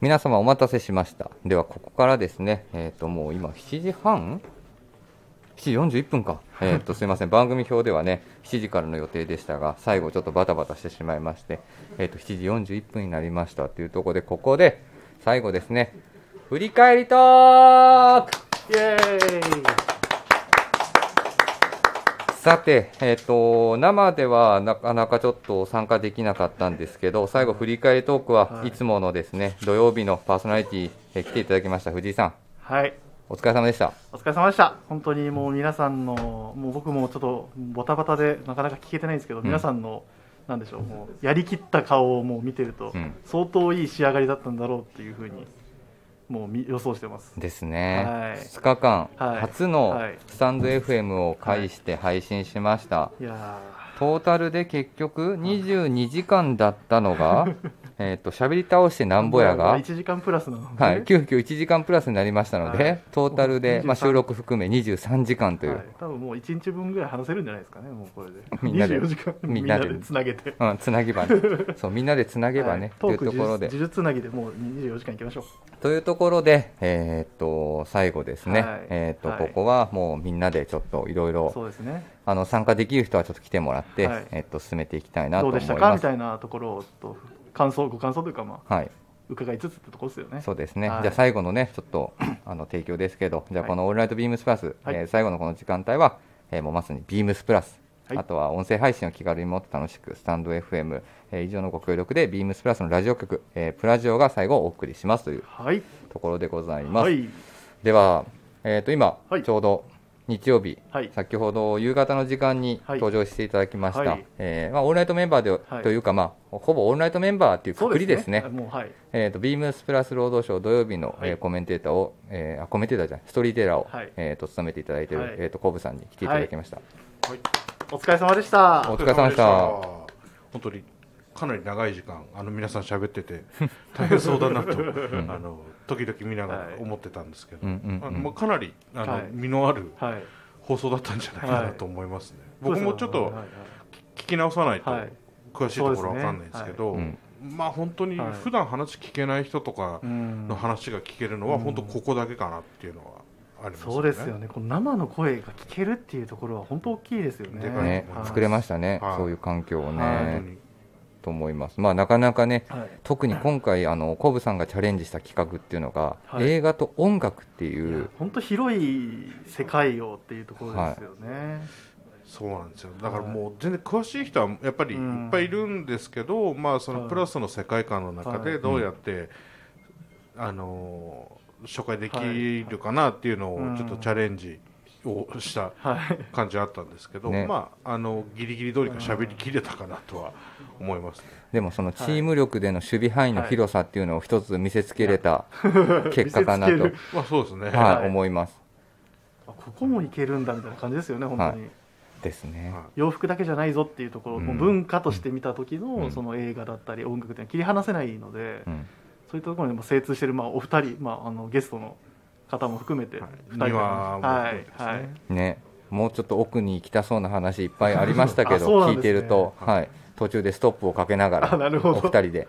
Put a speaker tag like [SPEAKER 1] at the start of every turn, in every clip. [SPEAKER 1] 皆様お待たせしました。では、ここからですね、えっ、と、もう今7時半 ?7 時41分か。えっ、と、すいません。番組表ではね、7時からの予定でしたが、最後ちょっとバタバタしてしまいまして、えっ、と、7時41分になりましたというところで、ここで、最後ですね、振り返りトーク
[SPEAKER 2] イエーイ
[SPEAKER 1] さて、えっと生ではなかなかちょっと参加できなかったんですけど最後、振り返りトークは
[SPEAKER 2] はい
[SPEAKER 1] いつものですね、土曜日のパーソナリティえ来ていただきました藤井さん
[SPEAKER 2] はい
[SPEAKER 1] お疲れ様でした
[SPEAKER 2] お疲れ様でした本当にもう皆さんのもう僕もちょっとボタバタでなかなか聞けてないんですけど、
[SPEAKER 1] ん
[SPEAKER 2] 皆さんのなんでしょうもうやりきった顔をもう見てると、
[SPEAKER 1] うん
[SPEAKER 2] 相当いい仕上がりだったんだろうっていうふうにもうみ予想してます
[SPEAKER 1] ですね、
[SPEAKER 2] はい
[SPEAKER 1] 2日間、
[SPEAKER 2] はい
[SPEAKER 1] 初の
[SPEAKER 2] はい
[SPEAKER 1] スタンド FM を介して配信しました、
[SPEAKER 2] いや
[SPEAKER 1] トータルで結局22時間だったの がえっと喋り倒してな
[SPEAKER 2] ー
[SPEAKER 1] んぼやが
[SPEAKER 2] 1時間プラスなので、
[SPEAKER 1] はい、急遽1時間プラスになりましたので、
[SPEAKER 2] はい
[SPEAKER 1] トータルで、まあ、
[SPEAKER 2] 23
[SPEAKER 1] 収録含め23時間という、
[SPEAKER 2] はい多分もう1日分ぐらい話せるんじゃないですかねもうこれで
[SPEAKER 1] みんなで
[SPEAKER 2] 24時間
[SPEAKER 1] み
[SPEAKER 2] み
[SPEAKER 1] ん
[SPEAKER 2] ん
[SPEAKER 1] な
[SPEAKER 2] な
[SPEAKER 1] で
[SPEAKER 2] でつなげて
[SPEAKER 1] うん、つなぎ ばねそうみんなでつなげば
[SPEAKER 2] はい
[SPEAKER 1] ね、
[SPEAKER 2] トー
[SPEAKER 1] と
[SPEAKER 2] ク
[SPEAKER 1] いうところ
[SPEAKER 2] 呪
[SPEAKER 1] で
[SPEAKER 2] 術呪術つなぎでもう24時間いきましょう
[SPEAKER 1] というところで、えーっと最後ですね、
[SPEAKER 2] はい
[SPEAKER 1] えーっと
[SPEAKER 2] はい
[SPEAKER 1] ここはもうみんなでちょっといろいろ
[SPEAKER 2] そうですね
[SPEAKER 1] あの参加できる人はちょっと来てもらって、
[SPEAKER 2] はい
[SPEAKER 1] えーっと進めていきたいなと
[SPEAKER 2] どう
[SPEAKER 1] 思
[SPEAKER 2] で
[SPEAKER 1] い
[SPEAKER 2] したか
[SPEAKER 1] ま
[SPEAKER 2] み
[SPEAKER 1] す。
[SPEAKER 2] たいなところをちょっと感想ご感想というかまあ
[SPEAKER 1] はい、
[SPEAKER 2] 伺いつつってとこですよね。
[SPEAKER 1] そうですね、
[SPEAKER 2] はい
[SPEAKER 1] じゃあ最後のねちょっと あの提供ですけどじゃあこの「オールナイトビームスプラス」
[SPEAKER 2] はい
[SPEAKER 1] えー最後のこの時間帯は、えーもうまさにビームスプラス、
[SPEAKER 2] はい
[SPEAKER 1] あとは音声配信を気軽にもっと楽しくスタンド FM、えー以上のご協力でビームスプラスのラジオ局、えープラジオが最後お送りしますという
[SPEAKER 2] はい。
[SPEAKER 1] ところでございます、
[SPEAKER 2] はい。
[SPEAKER 1] では、えー、と今、
[SPEAKER 2] はい
[SPEAKER 1] ちょうど日曜日、
[SPEAKER 2] はい
[SPEAKER 1] 先ほど夕方の時間に
[SPEAKER 2] はい
[SPEAKER 1] 登場していただきました、
[SPEAKER 2] はい
[SPEAKER 1] えーまあ、オールナイトメンバーで、
[SPEAKER 2] い
[SPEAKER 1] というか、まあ、ほぼオールナイトメンバーというくくりですね
[SPEAKER 2] あもうはい。
[SPEAKER 1] えー、とビームスプラス労働省土曜日の、
[SPEAKER 2] はい
[SPEAKER 1] えーコメンテーターを、えーあコメンテーターじゃないストーリーテラーを、
[SPEAKER 2] はい
[SPEAKER 1] えーと務めていただいている、
[SPEAKER 2] はい
[SPEAKER 1] えー、とコブさんに来ていただきました、
[SPEAKER 2] お疲れ様でした。
[SPEAKER 1] お疲れ様でした
[SPEAKER 3] 本当にかなり長い時間あの皆さん喋って て大変そうだなとあの時々見ながら思ってたんですけど、
[SPEAKER 1] うんうんうん
[SPEAKER 3] あのまあかなりあの、
[SPEAKER 2] はい
[SPEAKER 3] 身のある
[SPEAKER 2] はい。
[SPEAKER 3] 放送だったんじゃないかなと思いますね、
[SPEAKER 2] そう
[SPEAKER 3] 僕
[SPEAKER 2] ですね
[SPEAKER 3] もちょっ
[SPEAKER 2] は
[SPEAKER 3] と
[SPEAKER 2] いはい
[SPEAKER 3] 聞き直さないと
[SPEAKER 2] はい
[SPEAKER 3] 詳しいところは分かんないですけど、
[SPEAKER 1] そうですね
[SPEAKER 3] まあ本当に
[SPEAKER 2] はい
[SPEAKER 3] 普段話聞けない人とか
[SPEAKER 2] うん
[SPEAKER 3] の話が聞けるのは本当ここだけかなっていうのはあります
[SPEAKER 2] そうですよね。この生の声が聞けるっていうところは本当大きいですよね。
[SPEAKER 3] でかい
[SPEAKER 1] ね
[SPEAKER 3] はい
[SPEAKER 1] 作れましたね、
[SPEAKER 3] はい
[SPEAKER 1] そういう環境をね、
[SPEAKER 2] はい
[SPEAKER 3] 本
[SPEAKER 1] と思います、まあ、なかなかね
[SPEAKER 2] はい。
[SPEAKER 1] 特に今回あのコブさんがチャレンジした企画っていうのが、
[SPEAKER 2] はい
[SPEAKER 1] 映画と音楽っていう
[SPEAKER 2] 本当広い世界をっていうところですよね。
[SPEAKER 3] そうなんですよだからもう全然詳しい人はやっぱりいっ
[SPEAKER 2] うん
[SPEAKER 3] ぱいいるんですけど、まあその
[SPEAKER 2] はい
[SPEAKER 3] プラスの世界観の中
[SPEAKER 2] は
[SPEAKER 3] で
[SPEAKER 2] い
[SPEAKER 3] どうやって、あのー紹介できるかなっていうのを
[SPEAKER 2] はい
[SPEAKER 3] ちょっとチャレンジをした
[SPEAKER 2] はい。
[SPEAKER 3] 感じあったんですけど、
[SPEAKER 1] ね
[SPEAKER 3] まああのギリギリどうにか喋りきれたかなとは思います、ね
[SPEAKER 1] でもそのチーム力での守備範囲の広さっていうのを一つ見せつけれた 結果かなと、
[SPEAKER 2] 見せつける
[SPEAKER 3] まあそうですね、
[SPEAKER 1] はい
[SPEAKER 2] はい
[SPEAKER 1] 思います
[SPEAKER 2] あここもいけるんだみたいな感じですよね。本当に。
[SPEAKER 1] ですね、
[SPEAKER 3] は
[SPEAKER 2] 洋服だけじゃないぞっていうところ、
[SPEAKER 1] うん
[SPEAKER 2] もう文化として見た時
[SPEAKER 1] う
[SPEAKER 2] の
[SPEAKER 1] ん
[SPEAKER 2] その映画だったり音楽っていうのは切り離せないので、
[SPEAKER 1] うん
[SPEAKER 2] そういったところにも精通している、まあ、お二人、まあ、あのゲストの方も含めて、
[SPEAKER 3] はい
[SPEAKER 2] 二人で
[SPEAKER 3] 庭も
[SPEAKER 2] は
[SPEAKER 3] 含め
[SPEAKER 2] い
[SPEAKER 3] てですね
[SPEAKER 2] はい
[SPEAKER 1] ね、もうちょっと奥に行きたそうな話いっぱいありましたけ
[SPEAKER 2] あそう
[SPEAKER 1] ど、
[SPEAKER 2] なんです
[SPEAKER 1] 聞
[SPEAKER 2] ね
[SPEAKER 1] いてると、はい、途中でストップをかけながら
[SPEAKER 2] あなるほ
[SPEAKER 1] お
[SPEAKER 2] ど
[SPEAKER 1] 二人で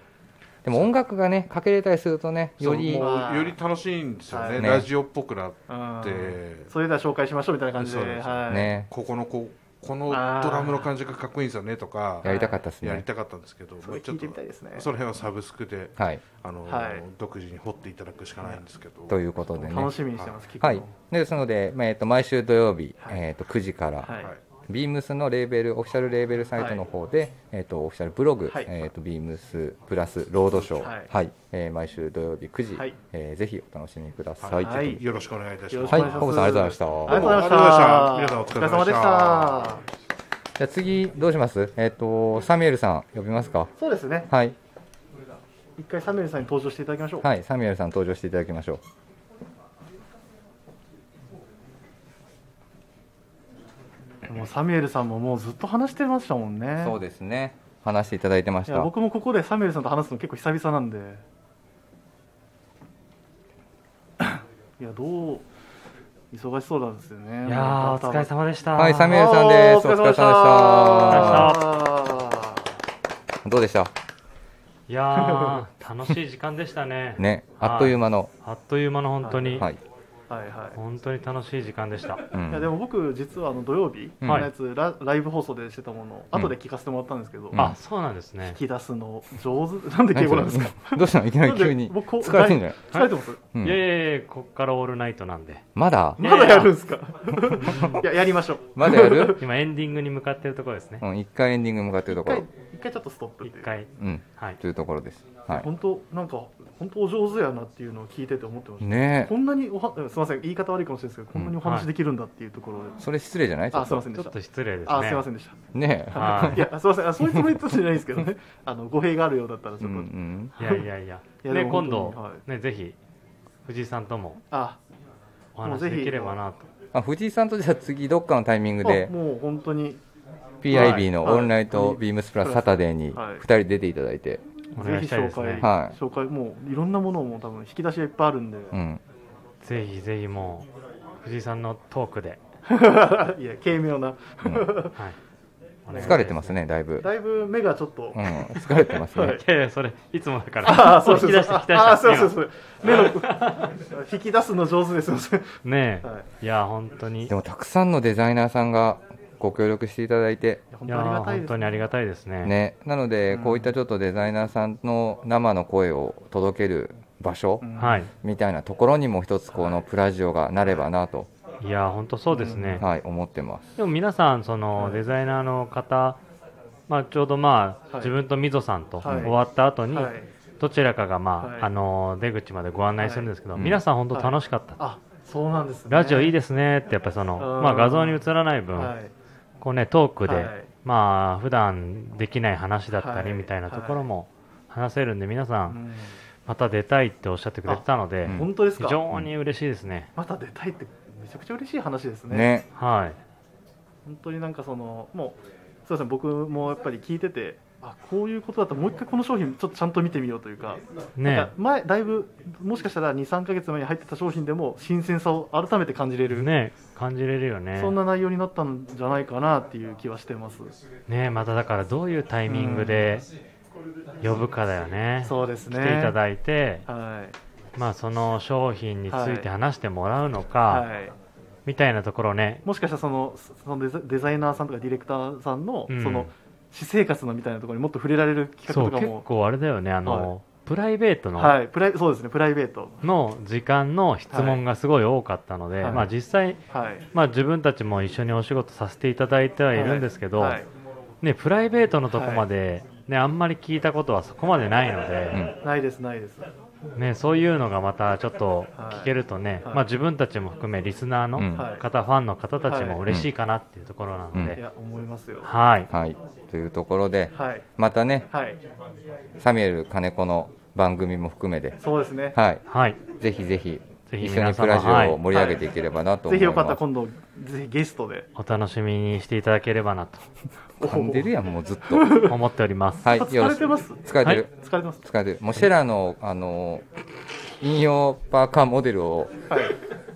[SPEAKER 1] でも音楽がねかけれたりするとね
[SPEAKER 3] い
[SPEAKER 1] より
[SPEAKER 3] そう
[SPEAKER 1] は
[SPEAKER 3] もうより楽しいんですよね,、
[SPEAKER 2] はい
[SPEAKER 1] ね
[SPEAKER 3] ラジオっぽくなっ
[SPEAKER 2] あ
[SPEAKER 3] て、
[SPEAKER 2] ーそれでは紹介しましょうみたいな感じで
[SPEAKER 3] そうです
[SPEAKER 2] はい
[SPEAKER 1] ね
[SPEAKER 3] ここのこうこのドラムの感じがかっこいいんですよねとか
[SPEAKER 1] やりたかったです
[SPEAKER 3] やり
[SPEAKER 1] ね
[SPEAKER 3] たかったんですけど、
[SPEAKER 2] それ
[SPEAKER 3] ちょっ
[SPEAKER 2] 聞いて
[SPEAKER 3] と
[SPEAKER 2] みたいですね
[SPEAKER 3] その辺はサブスクで、
[SPEAKER 1] はい
[SPEAKER 3] あの
[SPEAKER 2] はい
[SPEAKER 3] 独自に掘っていただくしかないんですけど、
[SPEAKER 1] ということでね
[SPEAKER 2] 楽しみにしてます、聞くの
[SPEAKER 1] はいですので、まあえっと毎週土曜日、
[SPEAKER 2] はい
[SPEAKER 1] えっと9時から、
[SPEAKER 2] はい
[SPEAKER 3] はい
[SPEAKER 1] ビームスのレーベルオフィシャルレーベルサイトの方で、えっとオフィシャルブログ、
[SPEAKER 2] はい
[SPEAKER 1] えっとビームスプラスロードショー、は
[SPEAKER 2] はいい
[SPEAKER 1] えー毎週土曜日9時、
[SPEAKER 2] はい
[SPEAKER 1] えーぜひお楽しみください、
[SPEAKER 3] はい
[SPEAKER 2] はい
[SPEAKER 3] よろしくお願いいたし
[SPEAKER 2] よろ
[SPEAKER 3] ま
[SPEAKER 2] し
[SPEAKER 3] す。
[SPEAKER 2] くお
[SPEAKER 1] はいコ
[SPEAKER 2] 願いします、
[SPEAKER 1] ブさんありがとうございました
[SPEAKER 2] ありがとうござい
[SPEAKER 3] ありが
[SPEAKER 2] ました
[SPEAKER 3] とうございました
[SPEAKER 2] お疲れ様でした
[SPEAKER 1] じゃあ次どうしますえっ、とサミュエルさん呼びますか
[SPEAKER 2] そうですね
[SPEAKER 1] はい
[SPEAKER 2] 一回サミュエルさんに登場していただきましょう、
[SPEAKER 1] はい、サミュエルさん登場していただきましょう。
[SPEAKER 2] もうサミュエルさんももうずっと話してましたもんね
[SPEAKER 1] そうですね。話していただいてまし
[SPEAKER 2] いや
[SPEAKER 1] た。
[SPEAKER 2] 僕もここでサミュエルさんと話すの結構久々なん でいやどう忙しそうなんですよね
[SPEAKER 4] いやーお疲れ様でした。
[SPEAKER 1] はい、サミュエルさんです。お疲れ様でし
[SPEAKER 2] お疲れ様でした
[SPEAKER 1] た。どうでした？
[SPEAKER 4] いやー楽しい時間でした ね
[SPEAKER 1] ね、あっという間の、
[SPEAKER 4] あっという間の本当に、
[SPEAKER 1] はい、
[SPEAKER 2] はいは
[SPEAKER 4] 本当に楽しい時間でした
[SPEAKER 1] う
[SPEAKER 2] い。
[SPEAKER 1] ん
[SPEAKER 2] いやでも僕実はあの土曜日
[SPEAKER 1] うん
[SPEAKER 2] のやつラライブ放送でしてたものを
[SPEAKER 1] うん
[SPEAKER 2] 後で聞かせてもらったんですけど、
[SPEAKER 1] うん
[SPEAKER 4] あそうなんですね
[SPEAKER 2] 聞き出すの上手 なんで敬語なんですか。
[SPEAKER 1] うんどうしたのいきなり急に
[SPEAKER 2] なんで僕こう
[SPEAKER 1] 疲れてんじゃない、
[SPEAKER 2] 疲れてます。
[SPEAKER 1] うん
[SPEAKER 4] いやいやいやこっからオールナイトなんで
[SPEAKER 1] まだ
[SPEAKER 4] い
[SPEAKER 2] まだやるんですか。 いややりましょう。
[SPEAKER 1] まだやる
[SPEAKER 4] 今エンディングに向かっているところですね
[SPEAKER 1] うん、一回エンディングに向かっている
[SPEAKER 2] 一
[SPEAKER 1] とこ
[SPEAKER 2] 回
[SPEAKER 1] ろ。
[SPEAKER 2] 一回ちょっとストップっ
[SPEAKER 4] 一
[SPEAKER 2] ていう。
[SPEAKER 4] 回
[SPEAKER 1] うん、
[SPEAKER 4] はい
[SPEAKER 1] というところです。は
[SPEAKER 2] 本当なんか本当お上手やなっていうのを聞いてて思ってま
[SPEAKER 1] い。
[SPEAKER 2] した。
[SPEAKER 1] ねえ
[SPEAKER 2] こんなにおはすみません言い方悪いかもしれないですけどこんなにお話できるんだっていうところで。
[SPEAKER 1] それ失礼じゃないちょ
[SPEAKER 2] あ
[SPEAKER 1] っ
[SPEAKER 2] す
[SPEAKER 1] と
[SPEAKER 2] みません
[SPEAKER 4] ち
[SPEAKER 2] で
[SPEAKER 4] ょ
[SPEAKER 2] し
[SPEAKER 4] ったと。失礼ですね
[SPEAKER 2] あすみませんでした。
[SPEAKER 1] ねえ。
[SPEAKER 4] はい
[SPEAKER 2] いや、すみません、あそういうつもりとしてないんですけどね、あの語弊があるようだったら、ち
[SPEAKER 1] う
[SPEAKER 2] ょっ
[SPEAKER 1] ん
[SPEAKER 2] と、
[SPEAKER 1] うん。
[SPEAKER 4] いやいやいや
[SPEAKER 2] いやで
[SPEAKER 4] ね
[SPEAKER 2] も
[SPEAKER 4] 今
[SPEAKER 2] 本当に
[SPEAKER 4] 度、
[SPEAKER 2] は
[SPEAKER 4] ねぜひ藤井さんとも
[SPEAKER 2] あ
[SPEAKER 4] お
[SPEAKER 2] も
[SPEAKER 4] 話
[SPEAKER 2] うぜひ
[SPEAKER 4] できればなと
[SPEAKER 1] あ、藤井さんとじゃあ次どっかのタイミング
[SPEAKER 2] あ
[SPEAKER 1] で
[SPEAKER 2] もう本当に、
[SPEAKER 1] PIB の
[SPEAKER 2] はい
[SPEAKER 1] オールナイトビームスプラスサタデーに
[SPEAKER 2] はい
[SPEAKER 1] 二人出ていただいて、
[SPEAKER 4] お
[SPEAKER 2] ぜ
[SPEAKER 4] 願い
[SPEAKER 2] ひ
[SPEAKER 4] したいで
[SPEAKER 2] 紹
[SPEAKER 4] す
[SPEAKER 2] 介、
[SPEAKER 4] ね
[SPEAKER 1] はい
[SPEAKER 2] 紹介、もういろんなものをもう多分引き出しがいっぱいあるんで、
[SPEAKER 1] うん。
[SPEAKER 4] ぜひぜひもう藤井さんのトークで、
[SPEAKER 2] いや、軽妙な、
[SPEAKER 4] はい、お願いし
[SPEAKER 1] 疲れてますね、だいぶ。
[SPEAKER 2] だいぶ目がちょっと、
[SPEAKER 1] うん、疲れてます
[SPEAKER 2] は
[SPEAKER 1] ね
[SPEAKER 2] い。
[SPEAKER 4] いやいやそれいつもだから
[SPEAKER 2] あそうそう
[SPEAKER 4] 引き
[SPEAKER 2] そう、
[SPEAKER 4] 出して引き出した
[SPEAKER 2] あそうそうそう、目の 引き出すの上手です、すみません、
[SPEAKER 4] 今ねえ、、
[SPEAKER 2] はい
[SPEAKER 4] や本当にい
[SPEAKER 1] でもたくさんのデザイナーさんがご協力していただいて、
[SPEAKER 2] いや本
[SPEAKER 4] や
[SPEAKER 2] 当ありがたい
[SPEAKER 4] 本
[SPEAKER 2] で
[SPEAKER 4] 当
[SPEAKER 2] す、
[SPEAKER 4] にありがたいですね
[SPEAKER 1] ね、なので、
[SPEAKER 2] うん
[SPEAKER 1] こういったちょっとデザイナーさんの生の声を届ける場所
[SPEAKER 2] うん
[SPEAKER 4] はい
[SPEAKER 1] みたいなところにも一つこのプラジオがなればなと、
[SPEAKER 4] いや本当そうですね、
[SPEAKER 1] はい、思ってます。
[SPEAKER 4] でも皆さんその
[SPEAKER 2] はい
[SPEAKER 4] デザイナーの方、まあ、ちょうどまあ、
[SPEAKER 2] はい
[SPEAKER 4] 自分とみぞさんと
[SPEAKER 2] はい
[SPEAKER 4] 終わった後に、
[SPEAKER 2] はい、
[SPEAKER 4] どちらかが、まあ
[SPEAKER 2] はい
[SPEAKER 4] あの出口までご案内するんですけど、
[SPEAKER 1] はい
[SPEAKER 4] 皆さん本当楽しかった、
[SPEAKER 2] あそうなんです、ね、
[SPEAKER 4] ラジオいい
[SPEAKER 2] で
[SPEAKER 4] ですねってやっぱりその、
[SPEAKER 2] うん
[SPEAKER 4] まあ、画像に映らない分、
[SPEAKER 2] はい、
[SPEAKER 4] こうね、トークで、
[SPEAKER 2] はい
[SPEAKER 4] まあ普段できない話だったり
[SPEAKER 2] はい
[SPEAKER 4] みたいなところも話せるんで、皆さ
[SPEAKER 2] うんん
[SPEAKER 4] また出たいっておっしゃってくれてたので、
[SPEAKER 1] うん
[SPEAKER 2] 本当です
[SPEAKER 4] 非
[SPEAKER 2] か、
[SPEAKER 4] 常に嬉しいですね。
[SPEAKER 2] また出たいって、めちゃくちゃ嬉しい話ですね。
[SPEAKER 1] ね、
[SPEAKER 4] はい
[SPEAKER 2] 本当になんかそのもうそうですね僕もやっぱり聞いててあこういうことだったらもう一回この商品ちょっとちゃんと見てみようというか,、なん
[SPEAKER 4] ね
[SPEAKER 2] か前だいぶもしかしたら23か月前に入ってた商品でも新鮮さを改めて感じれる、
[SPEAKER 4] ね感じれるよね。
[SPEAKER 2] そんな内容になったんじゃないかなっていう気はしてます
[SPEAKER 4] ねまただからどういうタイミングで呼ぶかだよね。
[SPEAKER 2] そうですね
[SPEAKER 4] 来ていただいて、
[SPEAKER 2] はい
[SPEAKER 4] まあその商品について話してもらうのか、
[SPEAKER 2] はい、
[SPEAKER 4] みたいなところね。
[SPEAKER 2] もしかしたらそのそのデザデザイナーさんとかディレクターさんの、
[SPEAKER 4] うん
[SPEAKER 2] その私生活のみたいなところにもっと触れられる企
[SPEAKER 4] そ
[SPEAKER 2] 画
[SPEAKER 4] う
[SPEAKER 2] とか
[SPEAKER 4] 結
[SPEAKER 2] も
[SPEAKER 4] 構あれだよねあの、プライベートの、
[SPEAKER 2] はいプライそうですねプライベート
[SPEAKER 4] の時間の質問がすごい多かったので、
[SPEAKER 2] はい
[SPEAKER 4] まあ実際
[SPEAKER 2] はい
[SPEAKER 4] まあ、自分たちも一緒にお仕事させていただいてはいるんですけど、
[SPEAKER 2] はい
[SPEAKER 4] ね、プライベートのとこまで、ね、あんまり聞いたことはそこまでないので、
[SPEAKER 2] ないですないです
[SPEAKER 4] ね、そういうのがまたちょっと
[SPEAKER 2] はい
[SPEAKER 4] 聞けるとね、
[SPEAKER 2] はい
[SPEAKER 4] まあ、自分たちも含めリスナーの
[SPEAKER 1] うん
[SPEAKER 2] はい
[SPEAKER 4] 方、ファンの方たち
[SPEAKER 2] は
[SPEAKER 4] も
[SPEAKER 2] い
[SPEAKER 4] 嬉しいかなっていうところなの
[SPEAKER 2] い
[SPEAKER 4] で、
[SPEAKER 2] や思いますよ
[SPEAKER 4] はい、
[SPEAKER 1] はい、というところで、
[SPEAKER 2] はい
[SPEAKER 1] またね、
[SPEAKER 2] はい、
[SPEAKER 1] サミュエル金子の番組も含めて、
[SPEAKER 2] そうですね。
[SPEAKER 1] はい、
[SPEAKER 4] はい、
[SPEAKER 1] ぜひぜひ
[SPEAKER 4] ぜひ
[SPEAKER 1] 一緒
[SPEAKER 4] 皆様
[SPEAKER 1] にプラジオを盛り上げていければなと思
[SPEAKER 2] ぜ
[SPEAKER 1] い
[SPEAKER 2] ひよかった
[SPEAKER 1] ま
[SPEAKER 2] ら
[SPEAKER 1] す。
[SPEAKER 2] 今度、ぜひゲストで。
[SPEAKER 4] お楽しみにしていただければな
[SPEAKER 1] 噛んでるやんもうずっと。
[SPEAKER 4] と思っております。
[SPEAKER 1] はい、
[SPEAKER 2] 疲れてます
[SPEAKER 1] よろしく疲れてる。
[SPEAKER 2] 疲れてます。
[SPEAKER 1] 疲れてる。もうシェラのあの引用パーカーモデルを
[SPEAKER 2] はい。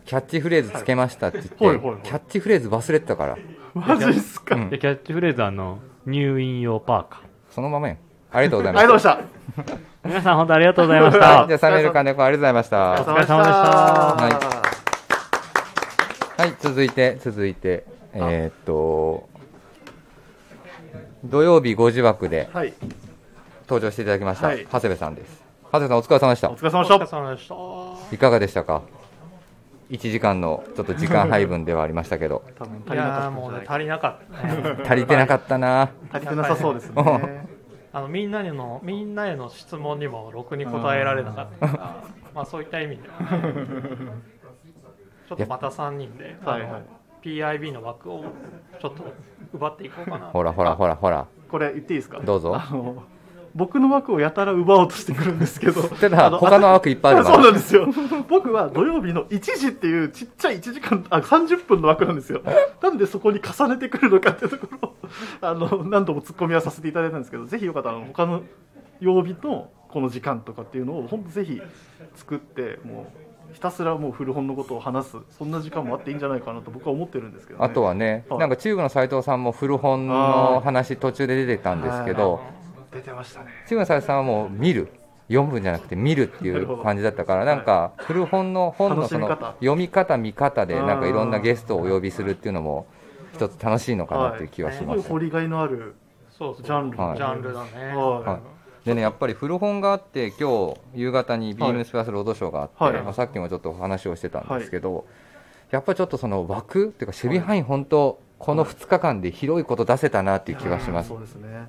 [SPEAKER 1] キャッチフレーズつけましたって言って、
[SPEAKER 2] はいはいはいはい
[SPEAKER 1] キャッチフレーズ忘れてたから、
[SPEAKER 2] マジっすか。
[SPEAKER 1] う
[SPEAKER 2] あ
[SPEAKER 1] ん
[SPEAKER 4] でキャッチフレーズはあの入院用パーカー
[SPEAKER 1] そのままやん。ありがとうございま
[SPEAKER 2] りがとうご
[SPEAKER 1] し。
[SPEAKER 2] ざいまし。
[SPEAKER 4] 皆さん本当ありがとうございましたた
[SPEAKER 1] はい、じゃあサミュエル金子ありがとうございましたた。
[SPEAKER 4] お疲れ様でした
[SPEAKER 2] お疲れ様でした
[SPEAKER 1] はい、続いて、続いて、えーっと、土曜日5時枠で
[SPEAKER 2] はい。
[SPEAKER 1] 登場していただきました、
[SPEAKER 2] はい
[SPEAKER 1] 長谷部さんです。長谷部さん、お疲れ様でし
[SPEAKER 2] お
[SPEAKER 1] た
[SPEAKER 2] 疲。れ様でした。
[SPEAKER 4] 様でした。
[SPEAKER 1] いかがでしたか ?1 時間のちょっと時間配分ではありましたけど、
[SPEAKER 2] 多分足
[SPEAKER 4] い
[SPEAKER 2] りな
[SPEAKER 4] やー
[SPEAKER 2] かった
[SPEAKER 4] も
[SPEAKER 2] ん
[SPEAKER 4] う
[SPEAKER 2] じゃ
[SPEAKER 4] ね
[SPEAKER 2] ないか
[SPEAKER 4] 足りなかった、ね、
[SPEAKER 1] 足りてなかったな。
[SPEAKER 2] 足りてなさそう ですね。
[SPEAKER 5] あのみんなにのみんなへの質問にもろくに答えられなかったから、まあそういった意味では、 ちょっとまた3人で、
[SPEAKER 2] はいはい
[SPEAKER 5] あの PIB の枠をちょっと奪っていこうかな。
[SPEAKER 1] ほらほらほらほら、
[SPEAKER 2] これ言っていいですか
[SPEAKER 1] どうぞ
[SPEAKER 2] あの僕の枠をやたら奪おうとしてくるんで すけど。
[SPEAKER 1] ただ
[SPEAKER 2] あの
[SPEAKER 1] 他の枠いっぱいあるか
[SPEAKER 2] そ
[SPEAKER 1] ら
[SPEAKER 2] うなんですよ。僕は土曜日の1時っていうちっちゃい1時間、あ、30分の枠なんですよ。なんでそこに重ねてくるのかっていうところを、あの、何度も突っ込みはさせていただいたんですけど、ぜひよかったら、あの他の曜日のこの時間とかっていうのを、本当ぜひ作って、もう、ひたすらもう古本のことを話す、そんな時間もあっていいんじゃないかなと僕は思ってるんですけど、ね。
[SPEAKER 1] あとはね、
[SPEAKER 2] はい
[SPEAKER 1] なんか中部の斉藤さんも古本の話途中で出てたんですけど、
[SPEAKER 2] 出てましたね。
[SPEAKER 1] チームささんはもう見る読むんじゃなくて見るっていう感じだったからなんか古本の本のその
[SPEAKER 2] 楽しみ方
[SPEAKER 1] 読み方見方でなんかいろんな
[SPEAKER 2] うん
[SPEAKER 1] ゲストをお呼びするっていうのも一つ楽しいのかなっていう気はし
[SPEAKER 2] す
[SPEAKER 1] ま
[SPEAKER 2] ご
[SPEAKER 1] す
[SPEAKER 2] い掘りがいのある
[SPEAKER 5] そうそう
[SPEAKER 2] ジャンル。
[SPEAKER 1] はい
[SPEAKER 5] ジャンルだね、
[SPEAKER 2] は
[SPEAKER 1] でねやっぱり古本があって今日夕方にビームスプラスロードショーがあって、
[SPEAKER 2] はい
[SPEAKER 1] まあ、さっきもちょっとお話をしてたんですけど、やっぱりちょっとその枠っていうか守備範囲本当この2日間で広いこと出せたなっていう気がします
[SPEAKER 2] そうですね。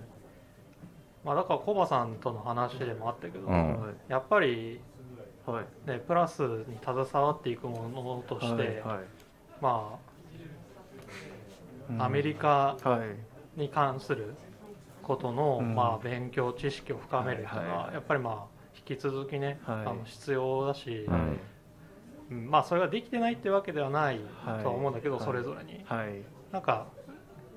[SPEAKER 5] まあ、だからコバさんとの話でもあったけど、
[SPEAKER 1] うん
[SPEAKER 2] はい
[SPEAKER 5] やっぱり、
[SPEAKER 2] はい。
[SPEAKER 5] ね、プラスに携わっていくものとして、
[SPEAKER 2] はい
[SPEAKER 5] ま
[SPEAKER 2] うん
[SPEAKER 5] あ、アメリカ
[SPEAKER 2] はい。
[SPEAKER 5] に関することの、
[SPEAKER 2] うん
[SPEAKER 5] まあ、勉強知識を深めるっていうのは、
[SPEAKER 2] はいはい
[SPEAKER 5] やっぱりまあ引き続きね、
[SPEAKER 2] は
[SPEAKER 5] あ
[SPEAKER 2] い
[SPEAKER 5] の必要だし、
[SPEAKER 1] うん
[SPEAKER 5] うんまあ、それができてないってわけではない
[SPEAKER 2] はい
[SPEAKER 5] とは思うんだけど、
[SPEAKER 2] はい
[SPEAKER 5] それぞれに
[SPEAKER 2] はい。
[SPEAKER 5] なんか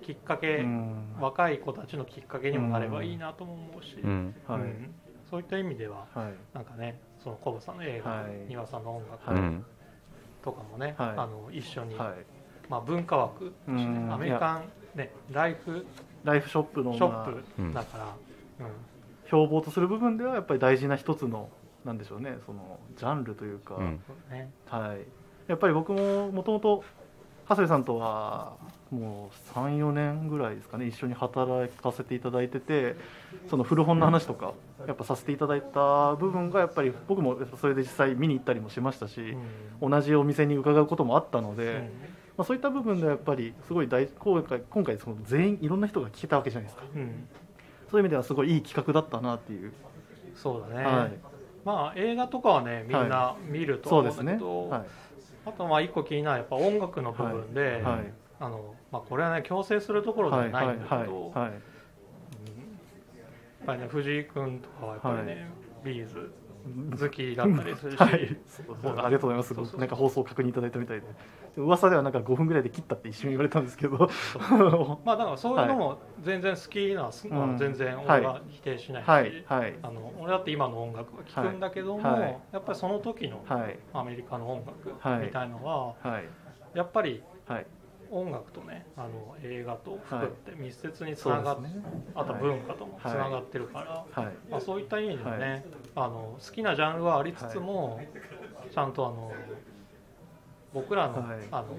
[SPEAKER 5] きっかけ、
[SPEAKER 2] うん
[SPEAKER 5] 若い子たちのきっかけにもなればいいなとも思うし、
[SPEAKER 1] うん
[SPEAKER 2] は
[SPEAKER 5] う
[SPEAKER 2] い。
[SPEAKER 5] んそういった意味では
[SPEAKER 2] はい。
[SPEAKER 5] なんかねそのコブさんの映画、
[SPEAKER 2] は
[SPEAKER 5] 庭
[SPEAKER 2] い
[SPEAKER 5] さんの音楽
[SPEAKER 1] う
[SPEAKER 2] はい
[SPEAKER 1] ん
[SPEAKER 5] とかもね、
[SPEAKER 2] はい
[SPEAKER 5] あの一緒に、
[SPEAKER 2] はい。
[SPEAKER 5] まあ、文化枠としてね、
[SPEAKER 2] うん
[SPEAKER 5] アメリカン、ね、ライフ
[SPEAKER 2] ライフショップの
[SPEAKER 5] ショ
[SPEAKER 2] まあ
[SPEAKER 5] ップだから、うん
[SPEAKER 2] 標榜とする部分ではやっぱり大事な一つのなんでしょうねそのジャンルというか、
[SPEAKER 1] うん
[SPEAKER 5] そうね、
[SPEAKER 2] はいやっぱり僕ももともと長谷部さんとはもう34年ぐらいですかね一緒に働かせていただいててその古本の話とかやっぱさせていただいた部分がやっぱり僕もそれで実際見に行ったりもしましたし、同じお店に伺うこともあったので、
[SPEAKER 5] うん
[SPEAKER 2] まあ、そういった部分ではやっぱりすごい大今回今回その全員いろんな人が聞けたわけじゃないですか
[SPEAKER 5] うん
[SPEAKER 2] そういう意味ではすごいいい企画だったなっていう、
[SPEAKER 5] そうだね、
[SPEAKER 2] はい、
[SPEAKER 5] まあ映画とかはねみんな見ると
[SPEAKER 2] そう
[SPEAKER 5] 思
[SPEAKER 2] で
[SPEAKER 5] うん
[SPEAKER 2] す
[SPEAKER 5] だ
[SPEAKER 2] ね
[SPEAKER 5] けど、
[SPEAKER 2] はい
[SPEAKER 5] あとまあ一個気になるやっぱ音楽の部分で、
[SPEAKER 2] はい
[SPEAKER 5] あのまあ、これはね強制するところではないんだけど、
[SPEAKER 2] はいはいはい
[SPEAKER 5] やっぱりね藤井君とかはやっぱりね、ビーズ好きだったりするし、
[SPEAKER 2] はいはいそうそうありがとうございます
[SPEAKER 5] そうそう
[SPEAKER 2] なんか放送確認いただいたみたいで噂ではなんか5分ぐらいで切ったって一瞬言われたんですけどは
[SPEAKER 5] まあだからそういうのも全然好きな、
[SPEAKER 2] うん
[SPEAKER 5] 全然
[SPEAKER 2] はい
[SPEAKER 5] 俺は否定しないし、
[SPEAKER 2] い はい
[SPEAKER 5] あの俺だって今の音楽は聴くんだけども、
[SPEAKER 2] はいはい
[SPEAKER 5] やっぱりその時の
[SPEAKER 2] はい
[SPEAKER 5] アメリカの音楽
[SPEAKER 2] はい
[SPEAKER 5] みたいのは
[SPEAKER 2] はい
[SPEAKER 5] やっぱり
[SPEAKER 2] はい
[SPEAKER 5] 音楽とねあの映画と服って密接につながって、
[SPEAKER 2] ね
[SPEAKER 5] あと
[SPEAKER 2] はい
[SPEAKER 5] 文化ともつながってるから、
[SPEAKER 2] はい
[SPEAKER 5] まあ、そういった意味でもね、あの好きなジャンルはありつつも、ちゃんとあの僕らの,、
[SPEAKER 2] はい
[SPEAKER 5] あの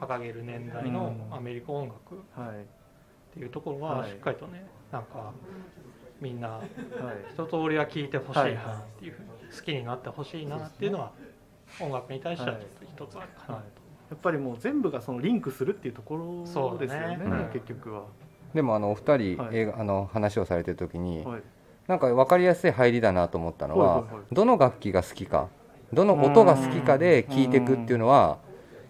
[SPEAKER 5] 掲げる年代の
[SPEAKER 2] うん
[SPEAKER 5] アメリカ音楽っ
[SPEAKER 2] はい
[SPEAKER 5] ていうところは
[SPEAKER 2] はい
[SPEAKER 5] しっかりとね、なんかみんな
[SPEAKER 2] はい
[SPEAKER 5] 一通りは聴いてほしい
[SPEAKER 2] はい
[SPEAKER 5] なっていうふうに好きになってほしいなっていうのは音楽に対してはちょっと一つあるかなと、
[SPEAKER 2] はいやっぱりもう全部がそのリンクするっていうとこ
[SPEAKER 5] そ
[SPEAKER 2] ろ
[SPEAKER 5] うだね
[SPEAKER 2] ですよね
[SPEAKER 1] うん
[SPEAKER 2] 結局は、
[SPEAKER 1] でもあのお二人、
[SPEAKER 2] はい
[SPEAKER 1] 映画あの話をされてる時に、
[SPEAKER 2] はい、
[SPEAKER 1] なんか分かりやすい入りだなと思ったのは、
[SPEAKER 2] はいはいはい
[SPEAKER 1] どの楽器が好きかどの音が好きかで聴いていくっていうのは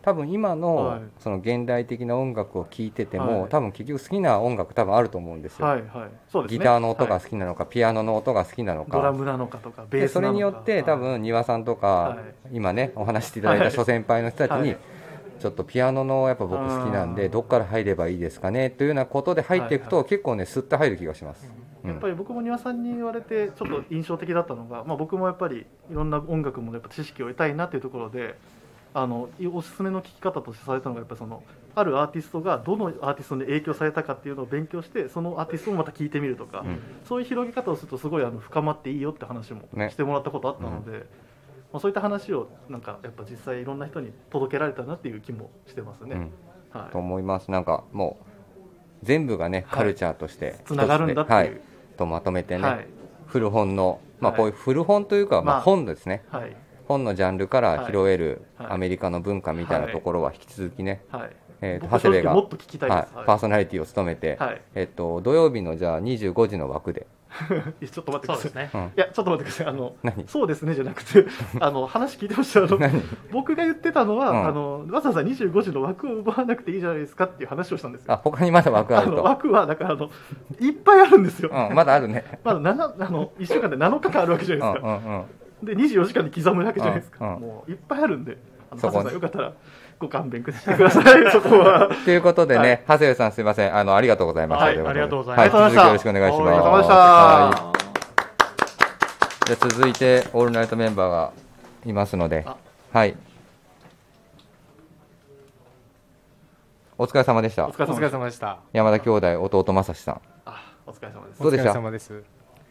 [SPEAKER 1] 多分今
[SPEAKER 2] はい
[SPEAKER 1] のその現代的な音楽を聴いてても、
[SPEAKER 2] はい
[SPEAKER 1] 多分結局好きな音楽多分あると思うんですよ、
[SPEAKER 2] はいはいそうですね
[SPEAKER 1] ギターの音
[SPEAKER 2] は
[SPEAKER 1] が
[SPEAKER 2] い
[SPEAKER 1] 好きなのか、ピアノの音が好きなの
[SPEAKER 2] ドラ
[SPEAKER 1] か
[SPEAKER 2] ムなのかとかベ
[SPEAKER 1] で
[SPEAKER 2] ース
[SPEAKER 1] そ
[SPEAKER 2] なの
[SPEAKER 1] れ
[SPEAKER 2] か
[SPEAKER 1] によって多分丹羽さんとか、
[SPEAKER 2] は
[SPEAKER 1] 今ねお話ししていただいた諸先輩の人たちに、
[SPEAKER 2] はい
[SPEAKER 1] ちょっとピアノのやっぱ僕好きなん
[SPEAKER 2] う
[SPEAKER 1] で
[SPEAKER 2] ん
[SPEAKER 1] どっから入ればいいですかねというようなことで入っていくと、
[SPEAKER 2] は
[SPEAKER 1] 結構ねスッと入る気がします。うん
[SPEAKER 2] やっぱり僕も庭さんに言われてちょっと印象的だったのが、まあ、僕もやっぱりいろんな音楽もやっぱ知識を得たいなっていうところであのおすすめの聴き方としてされたのがやっぱりそのあるアーティストがどのアーティストに影響されたかっていうのを勉強してそのアーティストをまた聴いてみるとか、
[SPEAKER 1] うん
[SPEAKER 2] そういう広げ方をするとすごいあの深まっていいよって話も
[SPEAKER 1] ね
[SPEAKER 2] してもらったことあったので、まあ、そういった話をなんかやっぱ実際いろんな人に届けられたなっていう気もしてますね。
[SPEAKER 1] うん
[SPEAKER 2] はい
[SPEAKER 1] と思いますなんかもう全部がねカルチャーとして
[SPEAKER 2] つながるんだっていう、
[SPEAKER 1] 一つではい、とまとめてね、
[SPEAKER 2] はい
[SPEAKER 1] 古本のまあ
[SPEAKER 2] はい
[SPEAKER 1] こういう古本というか、ま
[SPEAKER 2] ま
[SPEAKER 1] あ
[SPEAKER 2] あ
[SPEAKER 1] 本ですね
[SPEAKER 2] はい
[SPEAKER 1] 本のジャンルから拾える
[SPEAKER 2] はい
[SPEAKER 1] アメリカの文化みたいなところは引き続きね、
[SPEAKER 2] はい
[SPEAKER 1] えーと
[SPEAKER 2] 僕
[SPEAKER 1] 長
[SPEAKER 2] は正
[SPEAKER 1] 谷部が、
[SPEAKER 2] 直もっと聞きたいです、
[SPEAKER 1] はいパーソナリティを務めて、
[SPEAKER 2] はい
[SPEAKER 1] えっと土曜日のじゃあ25時の枠で、
[SPEAKER 2] い やちょっと待ってく
[SPEAKER 5] そう
[SPEAKER 2] だ
[SPEAKER 5] で
[SPEAKER 2] さい
[SPEAKER 5] す。ね、
[SPEAKER 1] うん
[SPEAKER 2] いや、ちょっと待ってください。あの、
[SPEAKER 1] 何
[SPEAKER 2] そうですねじゃな くて、あの、話聞いてました。あの
[SPEAKER 1] 何、
[SPEAKER 2] 僕が言ってたのは、
[SPEAKER 1] うん
[SPEAKER 2] あの、わざわざ25時の枠を奪わなくていいじゃないですかっていう話をしたんですよ。
[SPEAKER 1] あ他にまだ枠ある
[SPEAKER 2] の、
[SPEAKER 1] と、
[SPEAKER 2] 枠は、だから、あの、いっぱいあるんですよ。
[SPEAKER 1] うん、まだあるね
[SPEAKER 2] まだ7、あの、1週間で7日間あるわけじゃ
[SPEAKER 1] う
[SPEAKER 2] ない
[SPEAKER 1] ん
[SPEAKER 2] で
[SPEAKER 1] う
[SPEAKER 2] すか。
[SPEAKER 1] ん
[SPEAKER 2] で、24時間に刻むわけじゃないですか。
[SPEAKER 1] うん
[SPEAKER 2] もう、いっぱいあるんで、あの、
[SPEAKER 1] そ
[SPEAKER 2] 佐
[SPEAKER 1] こに
[SPEAKER 2] 藤さん、よかったら、ご勘弁くださ い。そこは。
[SPEAKER 1] うんということでね、
[SPEAKER 2] は
[SPEAKER 1] 長
[SPEAKER 2] い
[SPEAKER 1] 谷部さんすいませんあのありがとうございました、
[SPEAKER 5] はい
[SPEAKER 1] ということで
[SPEAKER 5] ありがとうございました
[SPEAKER 1] は続きよろしくお願いします
[SPEAKER 2] ありがとうございました
[SPEAKER 1] はいじゃあ続いてオールナイトメンバーがいますので
[SPEAKER 2] あ、
[SPEAKER 1] はい。お疲れ様でし
[SPEAKER 2] お
[SPEAKER 1] た。
[SPEAKER 2] 疲れ様でした。
[SPEAKER 6] 様でした。
[SPEAKER 1] 山田兄弟弟正志さん。
[SPEAKER 2] あお疲れ様です
[SPEAKER 1] どうでした
[SPEAKER 6] お疲れ様です。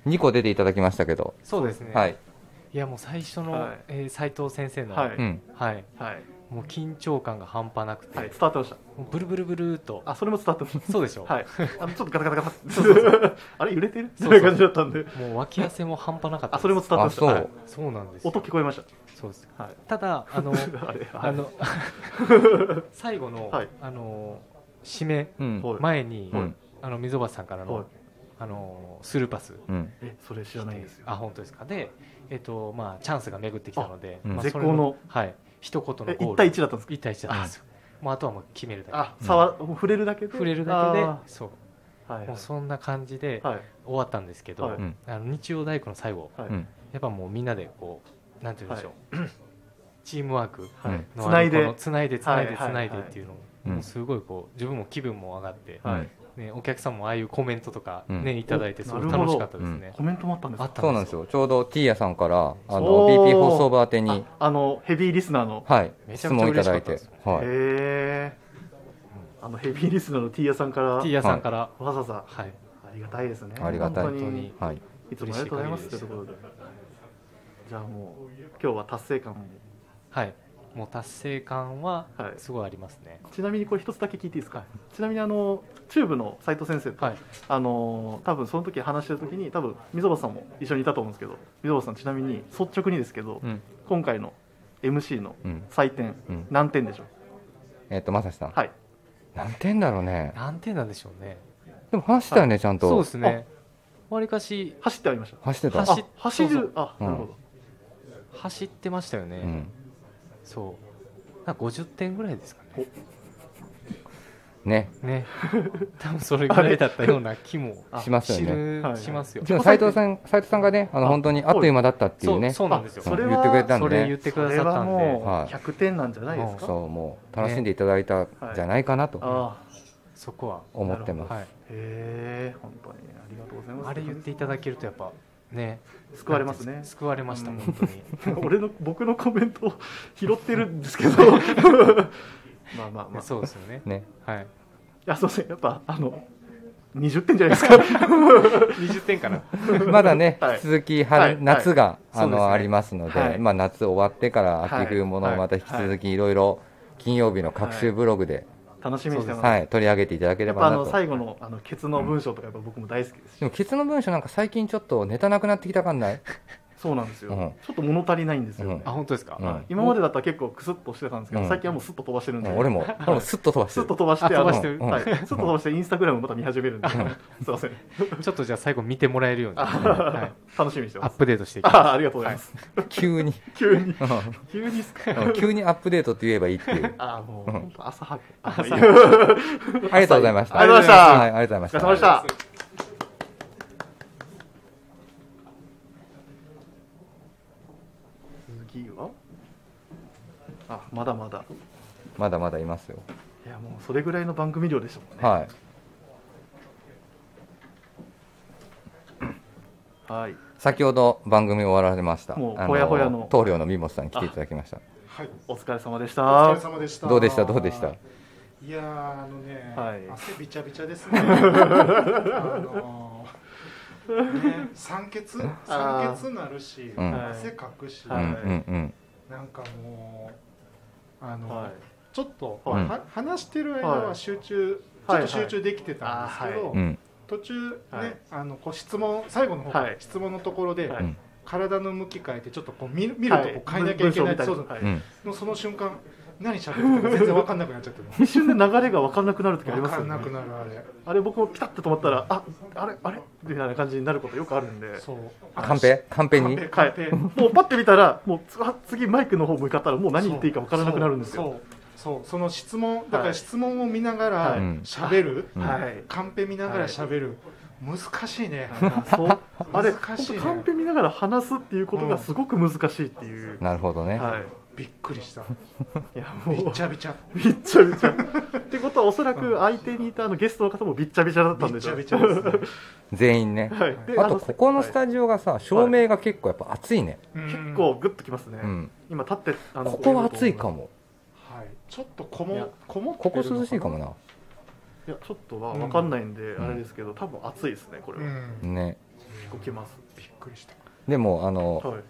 [SPEAKER 1] 2個出ていただきましたけど、
[SPEAKER 6] そうですね。。
[SPEAKER 1] はいい、
[SPEAKER 6] やもう最初の、
[SPEAKER 2] はい
[SPEAKER 6] えー斉藤先生の、
[SPEAKER 2] は
[SPEAKER 6] はいい、
[SPEAKER 1] うん、
[SPEAKER 2] はい、
[SPEAKER 6] もう緊張感が半端なくて、
[SPEAKER 2] はい、伝わってました
[SPEAKER 6] もうブルブルブルーっと、
[SPEAKER 2] あそれも伝わってまし
[SPEAKER 6] そうでしょ。
[SPEAKER 2] たはい あのちょっとガタガタガタって
[SPEAKER 6] そうそうそ
[SPEAKER 2] あれ揺れてる
[SPEAKER 6] そうそ
[SPEAKER 2] み
[SPEAKER 6] う
[SPEAKER 2] たいな感じだったんで
[SPEAKER 6] もう脇汗も半端なかった
[SPEAKER 2] あ
[SPEAKER 6] です。
[SPEAKER 2] それも伝わって
[SPEAKER 1] あ
[SPEAKER 2] ました
[SPEAKER 1] そう、
[SPEAKER 2] はい
[SPEAKER 6] そうなんですよ。
[SPEAKER 2] 音聞こえました
[SPEAKER 6] そうです。
[SPEAKER 2] はい
[SPEAKER 6] ただあの
[SPEAKER 2] あれ はい
[SPEAKER 6] あの最後の、
[SPEAKER 2] はい
[SPEAKER 6] あの締め
[SPEAKER 1] うん、
[SPEAKER 2] はい
[SPEAKER 6] 前に、
[SPEAKER 1] はい
[SPEAKER 6] あの溝端さんからの、
[SPEAKER 2] はい
[SPEAKER 6] あのスルーパス。
[SPEAKER 1] うん、
[SPEAKER 2] えそれ知らないんですよ
[SPEAKER 6] あ本当ですか。で、えっとまあチャンスが巡ってきたので、
[SPEAKER 1] あうん
[SPEAKER 6] まあ
[SPEAKER 2] 絶好
[SPEAKER 6] それ
[SPEAKER 2] の
[SPEAKER 6] はい一言の
[SPEAKER 2] え
[SPEAKER 6] ゴール。
[SPEAKER 2] 1対1だったんですか
[SPEAKER 6] 一対一だったんですよ。もうあとはもう決めるだ
[SPEAKER 2] あ触もう触れるだけで
[SPEAKER 6] け。触れるだけで
[SPEAKER 2] あ、
[SPEAKER 6] そう。
[SPEAKER 2] ーはい
[SPEAKER 6] も
[SPEAKER 2] は
[SPEAKER 6] うそんな感じで
[SPEAKER 2] いはい
[SPEAKER 6] 終わったんですけど、
[SPEAKER 2] はい
[SPEAKER 1] うん
[SPEAKER 6] あの日曜大工の最後、
[SPEAKER 2] はい
[SPEAKER 1] うん、
[SPEAKER 6] やっぱもうみんなでこうなんて言うんでしょう、 チームワーク
[SPEAKER 1] うん
[SPEAKER 6] の
[SPEAKER 2] つないで
[SPEAKER 6] あのこのつないでつない
[SPEAKER 2] は
[SPEAKER 6] で
[SPEAKER 2] い
[SPEAKER 6] つ
[SPEAKER 2] はい
[SPEAKER 6] な
[SPEAKER 2] はい
[SPEAKER 6] いでっていうのを、
[SPEAKER 1] うん
[SPEAKER 6] もうすごいこう自分も気分も上がって、
[SPEAKER 1] うん
[SPEAKER 2] はい
[SPEAKER 6] ねお客さんもああいうコメントとかね、
[SPEAKER 1] うん
[SPEAKER 6] いただいてすご
[SPEAKER 2] お
[SPEAKER 6] い
[SPEAKER 2] なるほ
[SPEAKER 6] 楽
[SPEAKER 2] ど
[SPEAKER 6] しかったですね。
[SPEAKER 2] コメントもあったんです
[SPEAKER 6] あ
[SPEAKER 2] か
[SPEAKER 6] った
[SPEAKER 1] そうなんですよ、ちょうどティーヤさんからあの
[SPEAKER 2] おー
[SPEAKER 1] BP 放送部宛てに、
[SPEAKER 2] ああのヘビーリスナーの、
[SPEAKER 1] はい、
[SPEAKER 6] めち
[SPEAKER 1] 質
[SPEAKER 6] ゃくちゃ
[SPEAKER 1] 問いた
[SPEAKER 6] 嬉し
[SPEAKER 1] だ
[SPEAKER 6] かっ
[SPEAKER 1] い
[SPEAKER 6] たで
[SPEAKER 1] て
[SPEAKER 6] す、
[SPEAKER 1] はい、
[SPEAKER 2] へえあのヘビーリスナーのティーヤさんから
[SPEAKER 6] ティーヤさんから、は
[SPEAKER 2] わざわざ
[SPEAKER 6] い、
[SPEAKER 2] ありがたいですね
[SPEAKER 1] ありがたい
[SPEAKER 2] 本当に
[SPEAKER 6] 本
[SPEAKER 1] はい、
[SPEAKER 2] いつもありがとうございますというところでじゃあもう今日は達成感も
[SPEAKER 6] はい、もう達成感は
[SPEAKER 2] はい
[SPEAKER 6] すごいありますね。
[SPEAKER 2] ちなみにこれ一つだけ聞いていいですか、ちなみにあのチューブの斉藤先生と、
[SPEAKER 6] はい、
[SPEAKER 2] あの多分その時話してる時に多分溝端さんも一緒にいたと思うんですけど溝端さんちなみに率直にですけど、
[SPEAKER 1] うん
[SPEAKER 2] 今回の MC の
[SPEAKER 1] うん
[SPEAKER 2] 採点、
[SPEAKER 1] うん
[SPEAKER 2] 何点でしょう
[SPEAKER 1] えっ、と、まさしさん、
[SPEAKER 2] はい
[SPEAKER 1] 何点だろうね、
[SPEAKER 6] 何点なんでしょうね。
[SPEAKER 1] でも走ったよね、ちゃんと、
[SPEAKER 6] そうですね。わりかし
[SPEAKER 2] 走ってありました
[SPEAKER 1] 走ってた、
[SPEAKER 6] 走っ
[SPEAKER 2] あ走る
[SPEAKER 6] そうそう
[SPEAKER 2] あなるほど、
[SPEAKER 6] 走ってましたよね。
[SPEAKER 1] うん、
[SPEAKER 6] そう。なんか50点ぐらいですかね。
[SPEAKER 1] ね、
[SPEAKER 6] ね。多分それぐらいだったような気も
[SPEAKER 1] しますよね
[SPEAKER 6] 知る
[SPEAKER 2] はい
[SPEAKER 6] しますよ。
[SPEAKER 1] でも斉藤さん、斉藤さんがね、あの
[SPEAKER 2] あ
[SPEAKER 1] 本当にあっという間だったってい
[SPEAKER 6] そうう
[SPEAKER 1] ね、
[SPEAKER 6] そうなんですよ。
[SPEAKER 2] それは
[SPEAKER 1] 言ってくれたん
[SPEAKER 6] それ言
[SPEAKER 1] で
[SPEAKER 6] っ、て
[SPEAKER 2] こ
[SPEAKER 6] くだ
[SPEAKER 2] れ
[SPEAKER 6] さった
[SPEAKER 2] は
[SPEAKER 6] んで
[SPEAKER 2] もう
[SPEAKER 1] はい
[SPEAKER 2] 100点なんじゃないですか、
[SPEAKER 1] そう、もう楽しんでいただいたんじゃないかなと
[SPEAKER 2] ああ
[SPEAKER 6] そこは、
[SPEAKER 1] 思ってます。
[SPEAKER 6] はい、
[SPEAKER 2] へえ本当にありがとうございます
[SPEAKER 6] あれ言っていただけるとやっぱね
[SPEAKER 2] 救われます
[SPEAKER 6] なん
[SPEAKER 2] ね
[SPEAKER 6] ていうんですか救われました
[SPEAKER 2] うん
[SPEAKER 6] 本当に
[SPEAKER 2] 俺の僕のコメントを 拾ってるんです けどまあまあまあ
[SPEAKER 6] そうですよね
[SPEAKER 1] ね、
[SPEAKER 6] はい
[SPEAKER 2] いや、そうですね。やっぱ、あの、20点じゃないですか。
[SPEAKER 6] 20点かな
[SPEAKER 1] まだね、
[SPEAKER 2] はい
[SPEAKER 1] 引き続き
[SPEAKER 2] は
[SPEAKER 1] 春、
[SPEAKER 2] い
[SPEAKER 1] 夏が、あ
[SPEAKER 6] そうです
[SPEAKER 1] の
[SPEAKER 6] ね
[SPEAKER 1] ありますので、
[SPEAKER 2] はい
[SPEAKER 1] まあ、夏終わってから秋冬もの
[SPEAKER 6] は
[SPEAKER 1] を
[SPEAKER 6] い
[SPEAKER 1] また引き続きいろいろ金曜日の各週ブログで、
[SPEAKER 2] 楽しみにしてます。
[SPEAKER 1] はい取り上げていただけ
[SPEAKER 2] や
[SPEAKER 1] れ
[SPEAKER 2] っぱ、あ
[SPEAKER 1] ばな
[SPEAKER 2] の、
[SPEAKER 1] と。
[SPEAKER 2] 最後の、あの、ケツの文章とか、やっぱ僕も大好きですし。
[SPEAKER 1] でもケツの文章なんか最近ちょっとネタなくなってきたかんない、
[SPEAKER 2] そうなんですよ。
[SPEAKER 1] うん
[SPEAKER 2] ちょっと物足りないんですよね。
[SPEAKER 6] あ本当ですか、
[SPEAKER 1] うん
[SPEAKER 2] 今までだったら結構クスッとしてたんですけど、
[SPEAKER 1] うん
[SPEAKER 2] 最近はもうスッと飛ばしてるんで。
[SPEAKER 1] 俺。も俺もスッと飛ばし
[SPEAKER 2] ス
[SPEAKER 1] て
[SPEAKER 2] ッ
[SPEAKER 1] る
[SPEAKER 2] と飛ばして、
[SPEAKER 6] あ
[SPEAKER 2] あ
[SPEAKER 6] 飛
[SPEAKER 2] の
[SPEAKER 6] ばしてる
[SPEAKER 2] はい。スッと飛ばして、インスタグラムまた見始めるんで。すいません。
[SPEAKER 6] ちょっとじゃあ最後見てもらえるように、はい、
[SPEAKER 2] 楽しみにして
[SPEAKER 6] ア
[SPEAKER 2] ま
[SPEAKER 6] ッ
[SPEAKER 2] す。
[SPEAKER 6] プデートしていきます
[SPEAKER 2] あありがとうございます。
[SPEAKER 1] 急に
[SPEAKER 2] 急に。急にっすか
[SPEAKER 1] うん急にアップデートって言えばいいっていう
[SPEAKER 2] ああ、もう、本当朝早く。朝早
[SPEAKER 1] ありがとうございました
[SPEAKER 2] ありがとうございました
[SPEAKER 1] はい、ありがとうご
[SPEAKER 2] お疲
[SPEAKER 1] ざい
[SPEAKER 2] れ様
[SPEAKER 1] ま
[SPEAKER 2] で
[SPEAKER 1] し
[SPEAKER 2] したた。次はあまだまだ
[SPEAKER 1] まだまだいますよ
[SPEAKER 2] いやもうそれぐらいの番組量でしたもんね
[SPEAKER 1] はい
[SPEAKER 2] はい、
[SPEAKER 1] 先ほど番組終わられました
[SPEAKER 2] もう
[SPEAKER 1] あの
[SPEAKER 2] ほやほやの
[SPEAKER 1] 棟梁の三本さん来ていただきました
[SPEAKER 3] はい、
[SPEAKER 2] お疲れ様でした
[SPEAKER 3] お疲れ様でした。
[SPEAKER 1] どうでしたどうでした
[SPEAKER 3] いやーあのね、
[SPEAKER 2] はい
[SPEAKER 3] 汗びちゃびちゃです ね。あのーね、酸欠酸欠なるし、
[SPEAKER 1] うん
[SPEAKER 3] 汗かくし、
[SPEAKER 1] う
[SPEAKER 2] は
[SPEAKER 1] ん
[SPEAKER 2] い
[SPEAKER 1] うん
[SPEAKER 3] なんかもうあの、
[SPEAKER 2] はい
[SPEAKER 3] ちょっと、
[SPEAKER 1] はい
[SPEAKER 3] は話してる間
[SPEAKER 2] は
[SPEAKER 3] はい集中、
[SPEAKER 2] はい
[SPEAKER 3] ちょっと集中できてたんですけど、
[SPEAKER 2] あー
[SPEAKER 1] うんうん
[SPEAKER 3] 途中ね、
[SPEAKER 2] はい
[SPEAKER 3] あのこう質問最後の方、
[SPEAKER 2] はい
[SPEAKER 3] 質問のところで、
[SPEAKER 2] はい
[SPEAKER 3] 体の向き変えてちょっとこう見る見るとこう変えなきゃいけない、
[SPEAKER 2] 文
[SPEAKER 3] そう
[SPEAKER 2] 文章
[SPEAKER 3] そう
[SPEAKER 2] みたい
[SPEAKER 1] うん
[SPEAKER 2] なはい
[SPEAKER 3] もうその瞬間何喋ってたか全然わかんなくなっちゃって る
[SPEAKER 2] 一瞬で流れが分かんなくなる時あり
[SPEAKER 3] わ
[SPEAKER 2] ます
[SPEAKER 3] か
[SPEAKER 2] よ
[SPEAKER 3] んな
[SPEAKER 2] ね
[SPEAKER 3] くなるあれ
[SPEAKER 2] あれ僕もピタッと止まったらああれあれみたいな感じになることよくあるんで
[SPEAKER 3] そう
[SPEAKER 1] カンペカンペ
[SPEAKER 3] カン
[SPEAKER 1] に
[SPEAKER 3] ペカ
[SPEAKER 2] は
[SPEAKER 3] ンペ
[SPEAKER 2] い、もうパッて見たらもうつあ次マイクの方向かったらもう何言っていいか分からなくなるんですよ
[SPEAKER 3] そうそうそうその質問だから質問を見なが
[SPEAKER 2] は
[SPEAKER 3] ら
[SPEAKER 2] い
[SPEAKER 3] 喋る、
[SPEAKER 1] うん
[SPEAKER 2] はい
[SPEAKER 3] カンペ見ながら喋る、難しい ね
[SPEAKER 2] そうあれ本
[SPEAKER 3] 難しいね
[SPEAKER 2] 当カンペ見ながら話すっていうことがすごく難しいっていう、
[SPEAKER 1] なるほどね、
[SPEAKER 2] はい
[SPEAKER 3] びっくりした
[SPEAKER 2] いやも
[SPEAKER 3] び
[SPEAKER 2] う
[SPEAKER 3] っちゃびちゃ
[SPEAKER 2] びっちゃびちゃってことはおそらく相手にいたあのゲストの方もびっちゃびちゃだったん
[SPEAKER 3] びっ
[SPEAKER 2] でし
[SPEAKER 3] ち
[SPEAKER 2] ょ
[SPEAKER 3] ゃ
[SPEAKER 2] う
[SPEAKER 3] びちゃですね、
[SPEAKER 1] 全員ね、
[SPEAKER 2] はい、で
[SPEAKER 1] あとここのス
[SPEAKER 2] ジ
[SPEAKER 1] タジオがさ照明が結構やっぱ熱いね、
[SPEAKER 3] うん
[SPEAKER 2] 結構グッときますね、
[SPEAKER 1] うん、
[SPEAKER 2] 今立ってあ
[SPEAKER 1] ここは暑いかも
[SPEAKER 3] はい、ちょっとこ
[SPEAKER 2] いや
[SPEAKER 3] もこもって
[SPEAKER 1] ここ
[SPEAKER 3] るの
[SPEAKER 1] 涼しいかもな
[SPEAKER 2] いやちょっとは分かんないんで、あれですけど多分暑いですねこれは、
[SPEAKER 1] ね
[SPEAKER 2] 起きます
[SPEAKER 7] びっくりした。
[SPEAKER 1] でもあの、
[SPEAKER 2] はい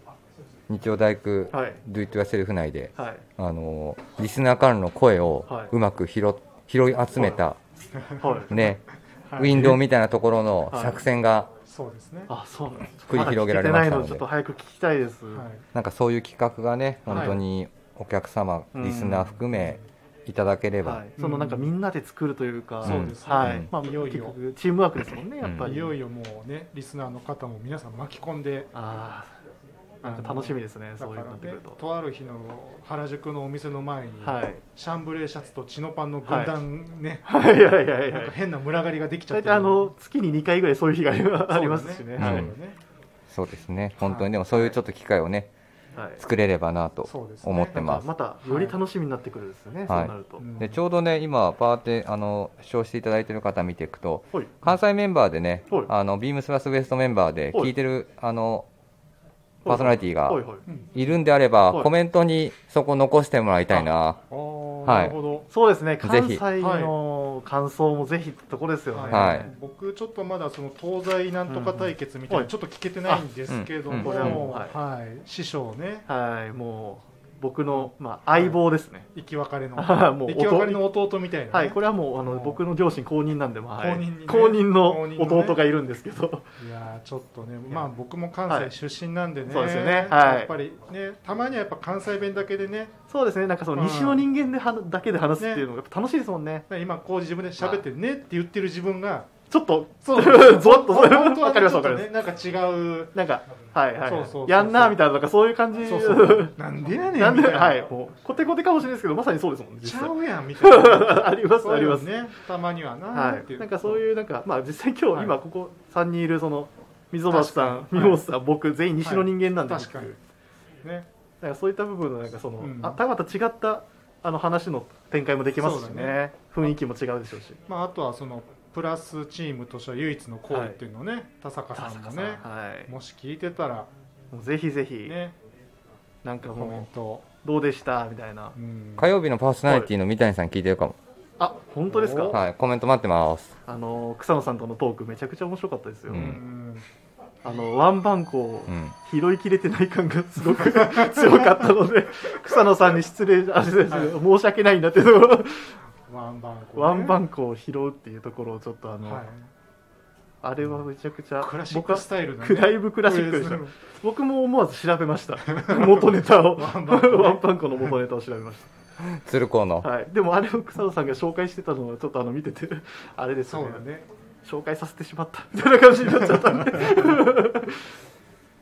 [SPEAKER 1] 日曜大工、
[SPEAKER 2] はい
[SPEAKER 1] ドゥイットヤセルフ内で
[SPEAKER 2] はい
[SPEAKER 1] あのリスナーからの声を
[SPEAKER 2] はいう
[SPEAKER 1] まく拾,、拾い集めた、
[SPEAKER 2] はい
[SPEAKER 1] ね、
[SPEAKER 7] はい
[SPEAKER 1] ウィンドウみたいなところの
[SPEAKER 2] はい
[SPEAKER 1] 作戦が、
[SPEAKER 7] そうですね。
[SPEAKER 2] あそうなんです
[SPEAKER 1] 繰り広げられましたので
[SPEAKER 2] だ聞けてないのちょっと早く聞きたいです、
[SPEAKER 7] は
[SPEAKER 1] なんかそういう企画がね、
[SPEAKER 2] はい
[SPEAKER 1] 本当にお客様、
[SPEAKER 2] うん
[SPEAKER 1] リスナー含めいただければ、
[SPEAKER 2] はい、そのなんかみんなで作るというか、
[SPEAKER 1] ん
[SPEAKER 7] そうですね
[SPEAKER 2] はい、
[SPEAKER 1] うん
[SPEAKER 2] まあ、
[SPEAKER 7] いよいよ
[SPEAKER 2] 結局チームワークですもんね、やっぱ
[SPEAKER 1] う
[SPEAKER 7] い。
[SPEAKER 1] ん
[SPEAKER 2] り。
[SPEAKER 7] いよいよもうね、リスナーの方も皆さん巻き込んで。
[SPEAKER 2] ああ、なんか
[SPEAKER 7] あの
[SPEAKER 2] 楽しみですね、
[SPEAKER 7] だ
[SPEAKER 2] そ
[SPEAKER 7] か
[SPEAKER 2] ういうの
[SPEAKER 7] ら
[SPEAKER 2] ってく
[SPEAKER 7] ね
[SPEAKER 2] る、と。
[SPEAKER 7] とある日の原宿のお店の前に、
[SPEAKER 2] はい、
[SPEAKER 7] シャンブレーシャツとチノパンの軍団ね、
[SPEAKER 2] はい、はい、はい、
[SPEAKER 7] なんか
[SPEAKER 2] はい。
[SPEAKER 7] 変な群がりができちゃっ
[SPEAKER 2] 大
[SPEAKER 7] て
[SPEAKER 2] 体あの月に2回ぐらいそういう被害がありますし
[SPEAKER 7] そう
[SPEAKER 2] ね。
[SPEAKER 7] だ
[SPEAKER 1] は
[SPEAKER 2] はいい、
[SPEAKER 7] そうだね
[SPEAKER 1] そうですね、本当にでもそういうちょっと機会をね、
[SPEAKER 2] はい
[SPEAKER 1] 作れればなと
[SPEAKER 7] そうですね
[SPEAKER 1] 思って
[SPEAKER 2] ま
[SPEAKER 1] ま
[SPEAKER 2] あ
[SPEAKER 1] す。
[SPEAKER 2] またより楽しみになってくるんですよね、
[SPEAKER 1] い
[SPEAKER 2] そうなると。
[SPEAKER 7] うん
[SPEAKER 1] でちょうどね、今、パーテあの、視聴していただいている方見ていくと、
[SPEAKER 2] はい、
[SPEAKER 1] 関西メンバーでね
[SPEAKER 2] はい、
[SPEAKER 1] あのビームスプラスウエストメンバーで聞いてるあのパーソナリティが
[SPEAKER 2] はい、はい。
[SPEAKER 1] いるんであれば、
[SPEAKER 2] はい
[SPEAKER 1] コメントにそこ残してもらいたいな。
[SPEAKER 7] あー
[SPEAKER 1] はい
[SPEAKER 7] なるほど。
[SPEAKER 2] そうですね、
[SPEAKER 1] ぜ
[SPEAKER 2] 関
[SPEAKER 1] ひ
[SPEAKER 2] 西の感想もぜひってとこですよね。
[SPEAKER 1] はい
[SPEAKER 7] 僕ちょっとまだその東西なんとか対決みたいな、
[SPEAKER 2] うん
[SPEAKER 7] ちょっと聞けてないんですけども、
[SPEAKER 2] うんうん
[SPEAKER 7] はいはい師匠ね
[SPEAKER 2] はい、もう僕の、まあ、相棒ですね。
[SPEAKER 7] 生き別れの
[SPEAKER 2] もう弟
[SPEAKER 7] 生き別れの弟みたいな、ね
[SPEAKER 2] はい、これはもうあの
[SPEAKER 7] うん
[SPEAKER 2] 僕の両親公認なんで、まあはい
[SPEAKER 7] 公認にね
[SPEAKER 2] 公認
[SPEAKER 7] 公
[SPEAKER 2] の
[SPEAKER 7] 認のね
[SPEAKER 2] 弟がいるんですけど、
[SPEAKER 7] いやーちょっとねまあ僕も関西出身なんでね、
[SPEAKER 2] はいそうですよねはい
[SPEAKER 7] やっぱりねたまにはやっぱ関西弁だけでね
[SPEAKER 2] そうですね、なんかその
[SPEAKER 7] うん
[SPEAKER 2] 西の人間ではだけで話すっていうのがやっぱ楽しいですもんね。
[SPEAKER 7] 今こう自分で喋ってねって言ってる自分が
[SPEAKER 2] ちょっと、
[SPEAKER 7] そう
[SPEAKER 2] ゾワッと、
[SPEAKER 7] 本当はね
[SPEAKER 2] わかりますわかり
[SPEAKER 7] ちょっと
[SPEAKER 2] ます。
[SPEAKER 7] ねなんか違う
[SPEAKER 2] なんか、はいはい
[SPEAKER 7] そうそうそう
[SPEAKER 2] はい、やんなみたいな、なんかそういう感じ。
[SPEAKER 7] そうそうなんでやね
[SPEAKER 2] なんん
[SPEAKER 7] み
[SPEAKER 2] で、
[SPEAKER 7] たいな、
[SPEAKER 2] はい、もう、コテコテかもしれないですけど、まさにそうですもんね、実
[SPEAKER 7] ち
[SPEAKER 2] 際
[SPEAKER 7] ゃうやんみたいな
[SPEAKER 2] あります、あります。
[SPEAKER 7] ねたまにはなー
[SPEAKER 2] は
[SPEAKER 7] ってい
[SPEAKER 2] い、
[SPEAKER 7] う
[SPEAKER 2] なんかそういう、なんか、まあ、実際今
[SPEAKER 7] は
[SPEAKER 2] 日、
[SPEAKER 7] い
[SPEAKER 2] 今ここ三人いる、その。溝端さん
[SPEAKER 7] 確、か
[SPEAKER 2] 三
[SPEAKER 7] に
[SPEAKER 2] 本さん、僕、全員西の人間なんで。
[SPEAKER 7] 確かにね
[SPEAKER 2] なんかそういった部分のなんかその、
[SPEAKER 7] うん
[SPEAKER 2] あたまた違ったあの話の展開もできますし
[SPEAKER 7] そう
[SPEAKER 2] ね
[SPEAKER 7] だね
[SPEAKER 2] 雰囲気も違うでしょうし
[SPEAKER 7] まあ、あとはそのプラスチームとしては唯一の行為っていうのをね、田坂さんもね、
[SPEAKER 2] はい
[SPEAKER 7] もし聞いてたら
[SPEAKER 2] もうぜひぜひ、
[SPEAKER 7] ね
[SPEAKER 2] なんか
[SPEAKER 7] コメン
[SPEAKER 2] も
[SPEAKER 7] ト、
[SPEAKER 2] うどうでしたみたいな
[SPEAKER 7] うん
[SPEAKER 1] 火曜日のパーソナリティの三谷さん聞いてるかも。
[SPEAKER 2] あ本当ですか、
[SPEAKER 1] はい、コメント待ってます。
[SPEAKER 2] あの草野さんとのトークめちゃくちゃ面白かったですよ、
[SPEAKER 1] う
[SPEAKER 7] うんん
[SPEAKER 2] あのワンバンコを
[SPEAKER 1] うん。
[SPEAKER 2] 拾いきれてない感がすごく 強かったので草野さんに失礼あ失礼失礼申し訳ないんだけど
[SPEAKER 7] ワンバンコね、
[SPEAKER 2] ワンバンコを拾うっていうところをちょっとあの、
[SPEAKER 7] はい、
[SPEAKER 2] あれはめちゃくちゃ
[SPEAKER 7] クラシッ
[SPEAKER 2] 僕は
[SPEAKER 7] クスタイルの、
[SPEAKER 2] だいぶクラシックでした
[SPEAKER 7] フレーズ
[SPEAKER 2] 僕も思わず調べました元ネタを
[SPEAKER 7] ワ
[SPEAKER 2] ワ
[SPEAKER 7] ン
[SPEAKER 2] ン
[SPEAKER 7] パンコね
[SPEAKER 2] パンコの元ネタを調べまし
[SPEAKER 1] 鶴光の
[SPEAKER 2] た、。はい、でもあれを草野さんが紹介してたのはちょっとあの見てて あれです
[SPEAKER 7] そ
[SPEAKER 2] ね
[SPEAKER 7] うだね
[SPEAKER 2] 紹介させてしまった みたいな感じになっちゃった んで